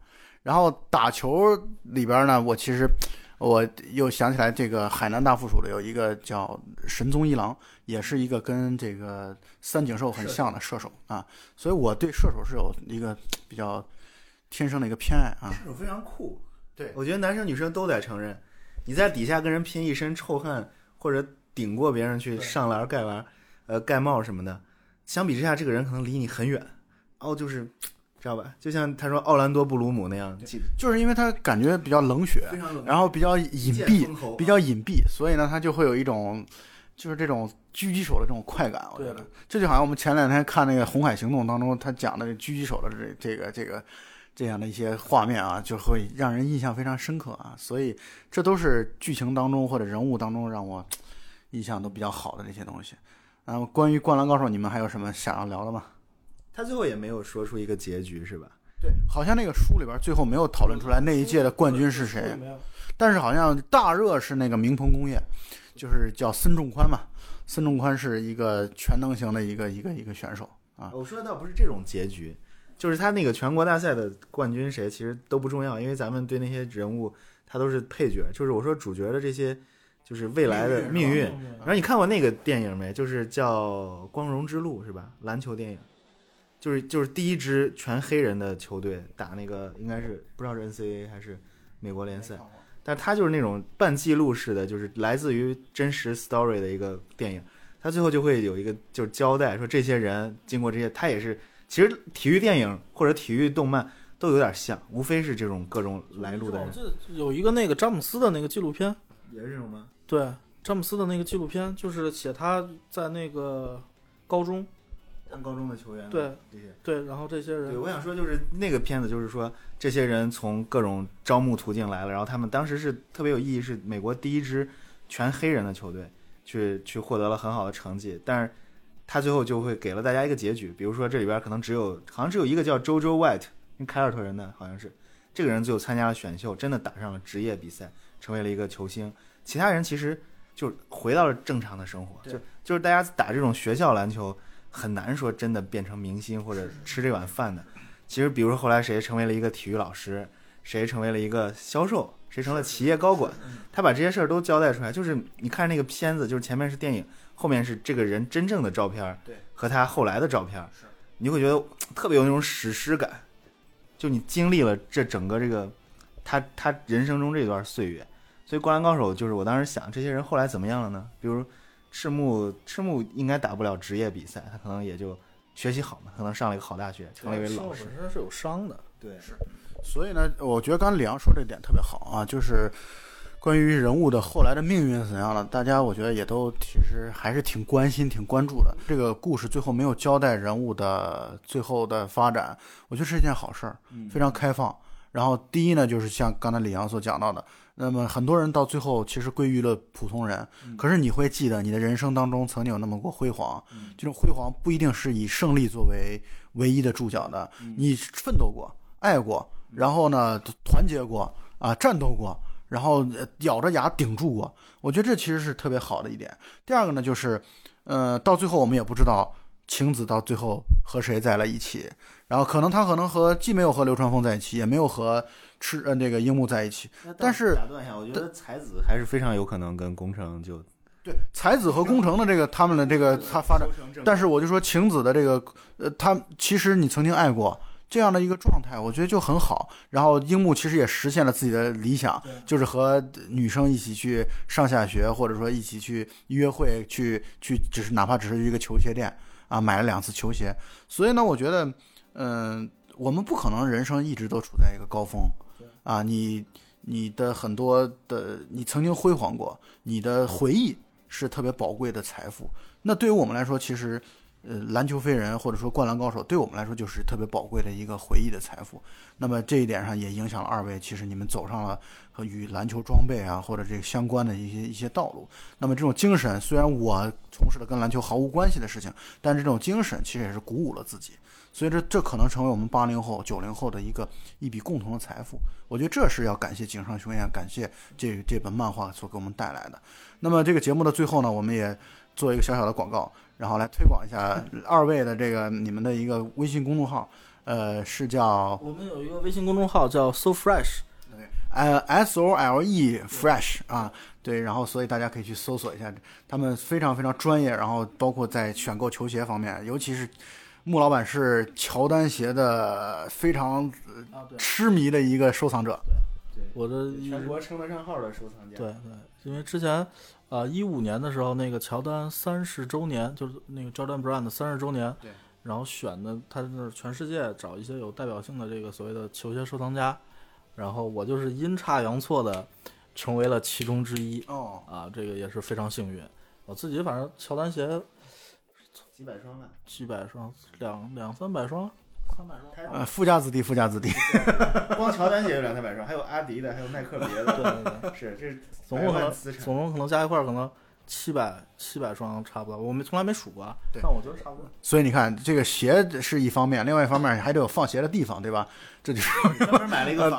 [SPEAKER 1] 然后打球里边呢，我其实呃我又想起来这个海南大附属的有一个叫神宗一郎，也是一个跟这个三井寿很像的射手啊，所以我对射手是有一个比较天生的一个偏爱啊。
[SPEAKER 3] 这种非常酷。
[SPEAKER 1] 对
[SPEAKER 3] 我觉得男生女生都得承认，你在底下跟人拼一身臭汗，或者顶过别人去
[SPEAKER 2] 对
[SPEAKER 3] 上篮盖篮，呃盖帽什么的，相比之下，这个人可能离你很远。哦，就是知道吧？就像他说奥兰多布鲁姆那样，几
[SPEAKER 1] 就是因为他感觉比较冷血，
[SPEAKER 3] 非常冷
[SPEAKER 1] 然后比较隐蔽，
[SPEAKER 3] 蔽
[SPEAKER 1] 比较隐蔽，所以呢，他就会有一种就是这种狙击手的这种快感。我觉
[SPEAKER 2] 对
[SPEAKER 1] 得这就好像我们前两天看那个《红海行动》当中，他讲的这狙击手的这这个这个这样的一些画面啊，就会让人印象非常深刻啊。所以这都是剧情当中或者人物当中让我印象都比较好的这些东西。然后关于《灌篮高手》，你们还有什么想要聊的吗？
[SPEAKER 3] 他最后也没有说出一个结局，是吧？
[SPEAKER 1] 对，好像那个书里边最后没有讨论出来那一届的冠军是谁。
[SPEAKER 2] 没有
[SPEAKER 1] 但是好像大热是那个明鹏工业，就是叫孙仲宽嘛。孙仲宽是一个全能型的一个一个一个选手啊。
[SPEAKER 3] 我说的倒不是这种结局，就是他那个全国大赛的冠军谁其实都不重要，因为咱们对那些人物他都是配角，就是我说主角的这些就是未来的命运。然后你看过那个电影没？就是叫《光荣之路》是吧？篮球电影，就是就是第一支全黑人的球队打那个应该是不知道是 NCAA 还是美国联赛，但是它就是那种半记录式的，就是来自于真实 story 的一个电影。它最后就会有一个就是交代说这些人经过这些，它也是其实体育电影或者体育动漫都有点像，无非是这种各种来路的人
[SPEAKER 2] 我，记得有一个那个詹姆斯的那个纪录片，
[SPEAKER 3] 也是这种吗？
[SPEAKER 2] 对，詹姆斯的那个纪录片，就是写他在那个高中
[SPEAKER 3] 上高中的球员，
[SPEAKER 2] 对
[SPEAKER 3] 这些。
[SPEAKER 2] 对，然后这些
[SPEAKER 3] 对，
[SPEAKER 2] 人，
[SPEAKER 3] 我想说就是那个片子，就是说这些人从各种招募途径来了，然后他们当时是特别有意义，是美国第一支全黑人的球队，去去获得了很好的成绩，但是他最后就会给了大家一个结局，比如说这里边可能只有好像只有一个叫 JoJo White，因为凯尔特人的好像是，这个人最后参加了选秀，真的打上了职业比赛，成为了一个球星，其他人其实就是回到了正常的生活，
[SPEAKER 1] 对
[SPEAKER 3] 就就是大家打这种学校篮球。很难说真的变成明星或者吃这碗饭的。其实，比如说后来谁成为了一个体育老师，谁成为了一个销售，谁成了企业高管，他把这些事儿都交代出来。就是你看那个片子，就是前面是电影，后面是这个人真正的照片儿
[SPEAKER 1] 对，
[SPEAKER 3] 和他后来的照片儿
[SPEAKER 1] 是，
[SPEAKER 3] 你会觉得嘖特别有那种史诗感。就你经历了这整个这个他他人生中这段岁月，所以《灌篮高手》就是我当时想，这些人后来怎么样了呢？比如赤木，赤木应该打不了职业比赛，他可能也就学习好嘛，可能上了一个好大学，成了一位
[SPEAKER 2] 生
[SPEAKER 3] 老
[SPEAKER 2] 活
[SPEAKER 3] 师。
[SPEAKER 2] 本身哎是有伤的，
[SPEAKER 3] 对，
[SPEAKER 1] 所以呢，我觉得刚才李阳说这点特别好啊，就是关于人物的后来的命运是怎样了，大家我觉得也都其实还是挺关心、挺关注的。这个故事最后没有交代人物的最后的发展，我觉得是一件好事儿，非常开放。然后第一呢，就是像刚才李阳所讲到的，那么很多人到最后其实归于了普通人，可是你会记得你的人生当中曾经有那么过辉煌，这种辉煌不一定是以胜利作为唯一的注脚的，你奋斗过、爱过，然后呢团结过啊，战斗过，然后呃咬着牙顶住过。我觉得这其实是特别好的一点。第二个呢，就是呃，到最后我们也不知道晴子到最后和谁在了一起，然后可能她可能和既没有和流川枫在一起，也没有和赤呃那个樱木在一起。但是
[SPEAKER 3] 打断一下，我觉得才子还是非常有可能跟宫城就
[SPEAKER 1] 对，才子和宫城的这个他们的这个他发展。但是我就说晴子的这个，呃，他其实你曾经爱过这样的一个状态，我觉得就很好。然后樱木其实也实现了自己的理想，就是和女生一起去上下学，或者说一起去约会，去去只是哪怕只是一个球鞋店啊，买了两次球鞋。所以呢，我觉得，嗯、我们不可能人生一直都处在一个高峰啊，你。你的很多的，你曾经辉煌过，你的回忆是特别宝贵的财富。那对于我们来说，其实，呃，篮球飞人或者说灌篮高手，对我们来说就是特别宝贵的一个回忆的财富。那么这一点上也影响了二位，其实你们走上了和与篮球装备啊或者这个相关的一些一些道路。那么这种精神，虽然我从事了跟篮球毫无关系的事情，但这种精神其实也是鼓舞了自己。所以这这可能成为我们八零后、九零后的一个一笔共同的财富。我觉得这是要感谢井上雄彦，感谢这这本漫画所给我们带来的。那么这个节目的最后呢，我们也做一个小小的广告，然后来推广一下二位的这个你们的一个微信公众号，呃，是叫
[SPEAKER 2] 我们有一个微信公众号叫 So Fresh，
[SPEAKER 1] 呃 S O L E Fresh 啊，对，然后所以大家可以去搜索一下，他们非常非常专业，然后包括在选购球鞋方面，尤其是穆老板是乔丹鞋的非常
[SPEAKER 2] 啊对
[SPEAKER 1] 痴迷的一个收藏者，
[SPEAKER 2] 我的一
[SPEAKER 3] 嗯全国称得上号的收藏家。
[SPEAKER 2] 对对，因为之前啊，一、五年的时候，那个乔丹三十周年，就是那个 Jordan Brand 三十周年，
[SPEAKER 1] 对，
[SPEAKER 2] 然后选的他是全世界找一些有代表性的这个所谓的球鞋收藏家，然后我就是阴差阳错的成为了其中之一
[SPEAKER 1] 哦，
[SPEAKER 2] 啊，这个也是非常幸运。我自己反正乔丹鞋
[SPEAKER 3] 几百双吧。
[SPEAKER 2] 几百双，两两三百双，三百双。
[SPEAKER 1] 呃，富家子弟，富家子弟，
[SPEAKER 3] 光乔丹鞋有两三百双，还有阿迪的，还有耐克别
[SPEAKER 2] 对
[SPEAKER 3] 的，
[SPEAKER 2] 对 对，
[SPEAKER 3] 是这是
[SPEAKER 2] 总共可
[SPEAKER 3] 百
[SPEAKER 2] 能
[SPEAKER 3] 万资产
[SPEAKER 2] 总共可能加一块儿可能七百七百双差不多，我们从来没数过啊，
[SPEAKER 1] 对
[SPEAKER 2] 但我觉得差不多。
[SPEAKER 1] 所以你看这个鞋是一方面，另外一方面还得有放鞋的地方，对吧？这就是。
[SPEAKER 3] 专门买了一个房。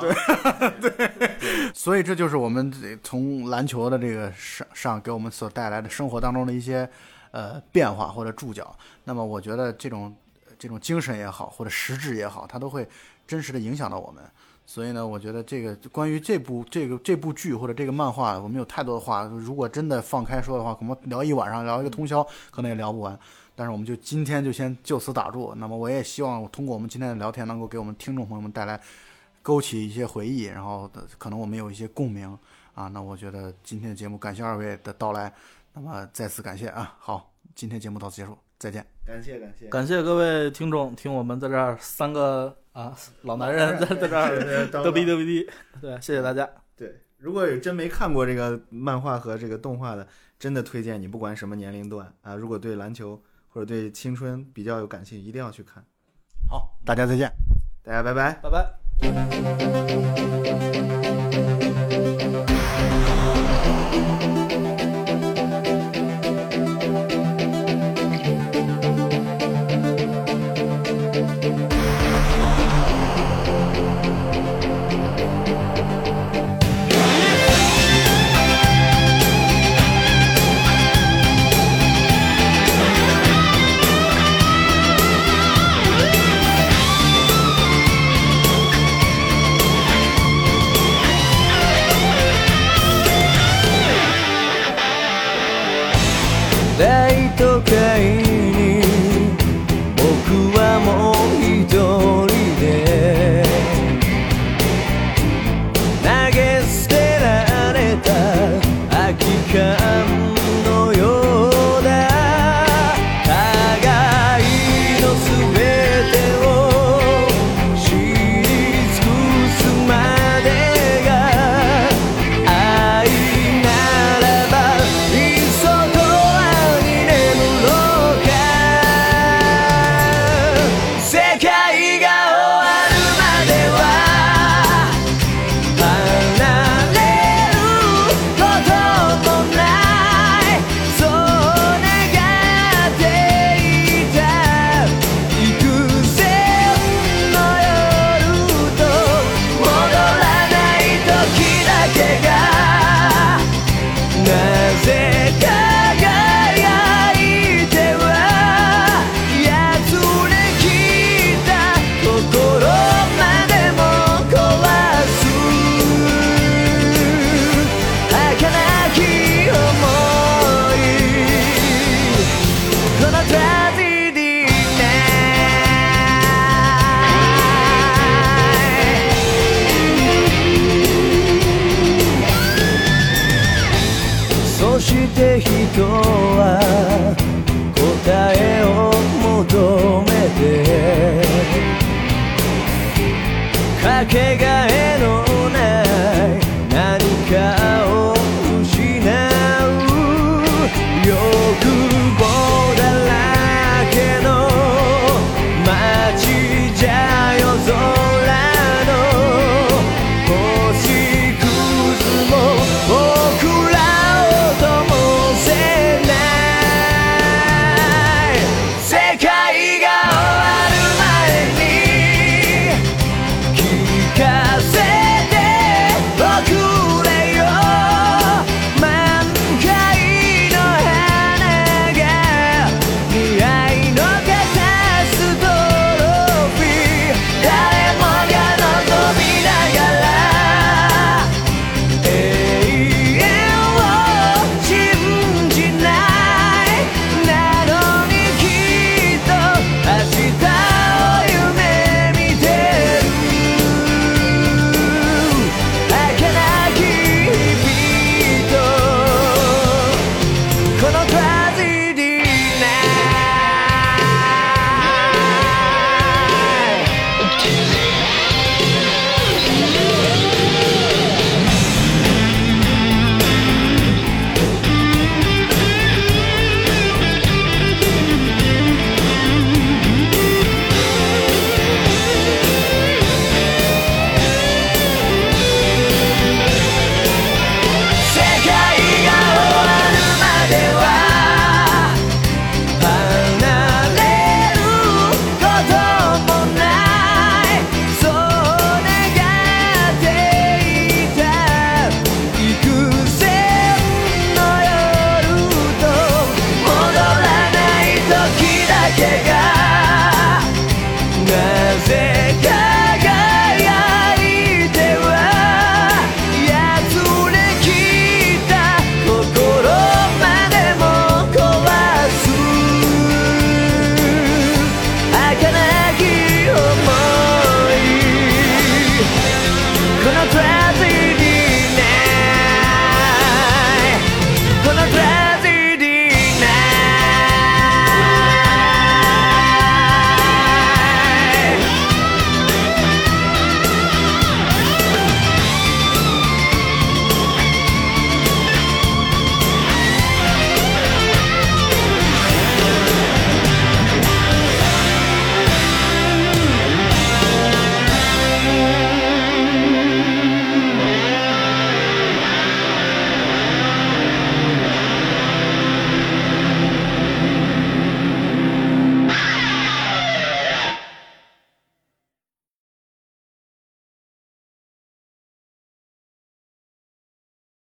[SPEAKER 3] 对，
[SPEAKER 1] 所以这就是我们这从篮球的这个上上给我们所带来的生活当中的一些呃变化或者注脚。那么我觉得这种这种精神也好，或者实质也好，它都会真实的影响到我们。所以呢，我觉得这个关于这部这个这部剧或者这个漫画，我们有太多的话，如果真的放开说的话，可能聊一晚上，聊一个通宵，可能也聊不完。但是我们就今天就先就此打住。那么我也希望通过我们今天的聊天，能够给我们听众朋友们带来勾起一些回忆，然后呃可能我们有一些共鸣啊。那我觉得今天的节目感谢二位的到来，那么再次感谢啊。好，今天节目到此结束，再见。
[SPEAKER 3] 感谢感谢。
[SPEAKER 2] 感谢各位听众听我们在这儿三个啊老男人在在这儿
[SPEAKER 3] 儿
[SPEAKER 2] 嘚逼嘚逼嘚，对，谢谢大家。
[SPEAKER 3] 对，如果有真没看过这个漫画和这个动画的，真的推荐你，不管什么年龄段啊，如果对篮球或者对青春比较有感兴趣，一定要去看。
[SPEAKER 1] 好，大家再见。
[SPEAKER 3] 大家拜拜。
[SPEAKER 2] 拜拜。
[SPEAKER 4] 大都会に僕はもう一人で投げ捨てられた空き缶のようだ互いの全てを知り尽くすまでが愛ならばいっそ永遠に眠ろうか世界が終わるまでは離れることもないそう願っていた幾千の夜と戻らない時だけがなぜ輝いてはやつれきた心までも壊す儚き想いこの旅にねそして人は答えを求めてかけがえのない何かを失う欲望だらけの街じゃ夜空の星屑も僕らをともせない世界が終わる前に聞かせておくれよ満開の花が未来のカタストロフィー誰もが望みながら永遠を信じないなのにきっと明日を夢見てる儚き日々とこの風にね世界が終わるまでは離れることもないそう願っていた幾千の夜と戻らない時だけが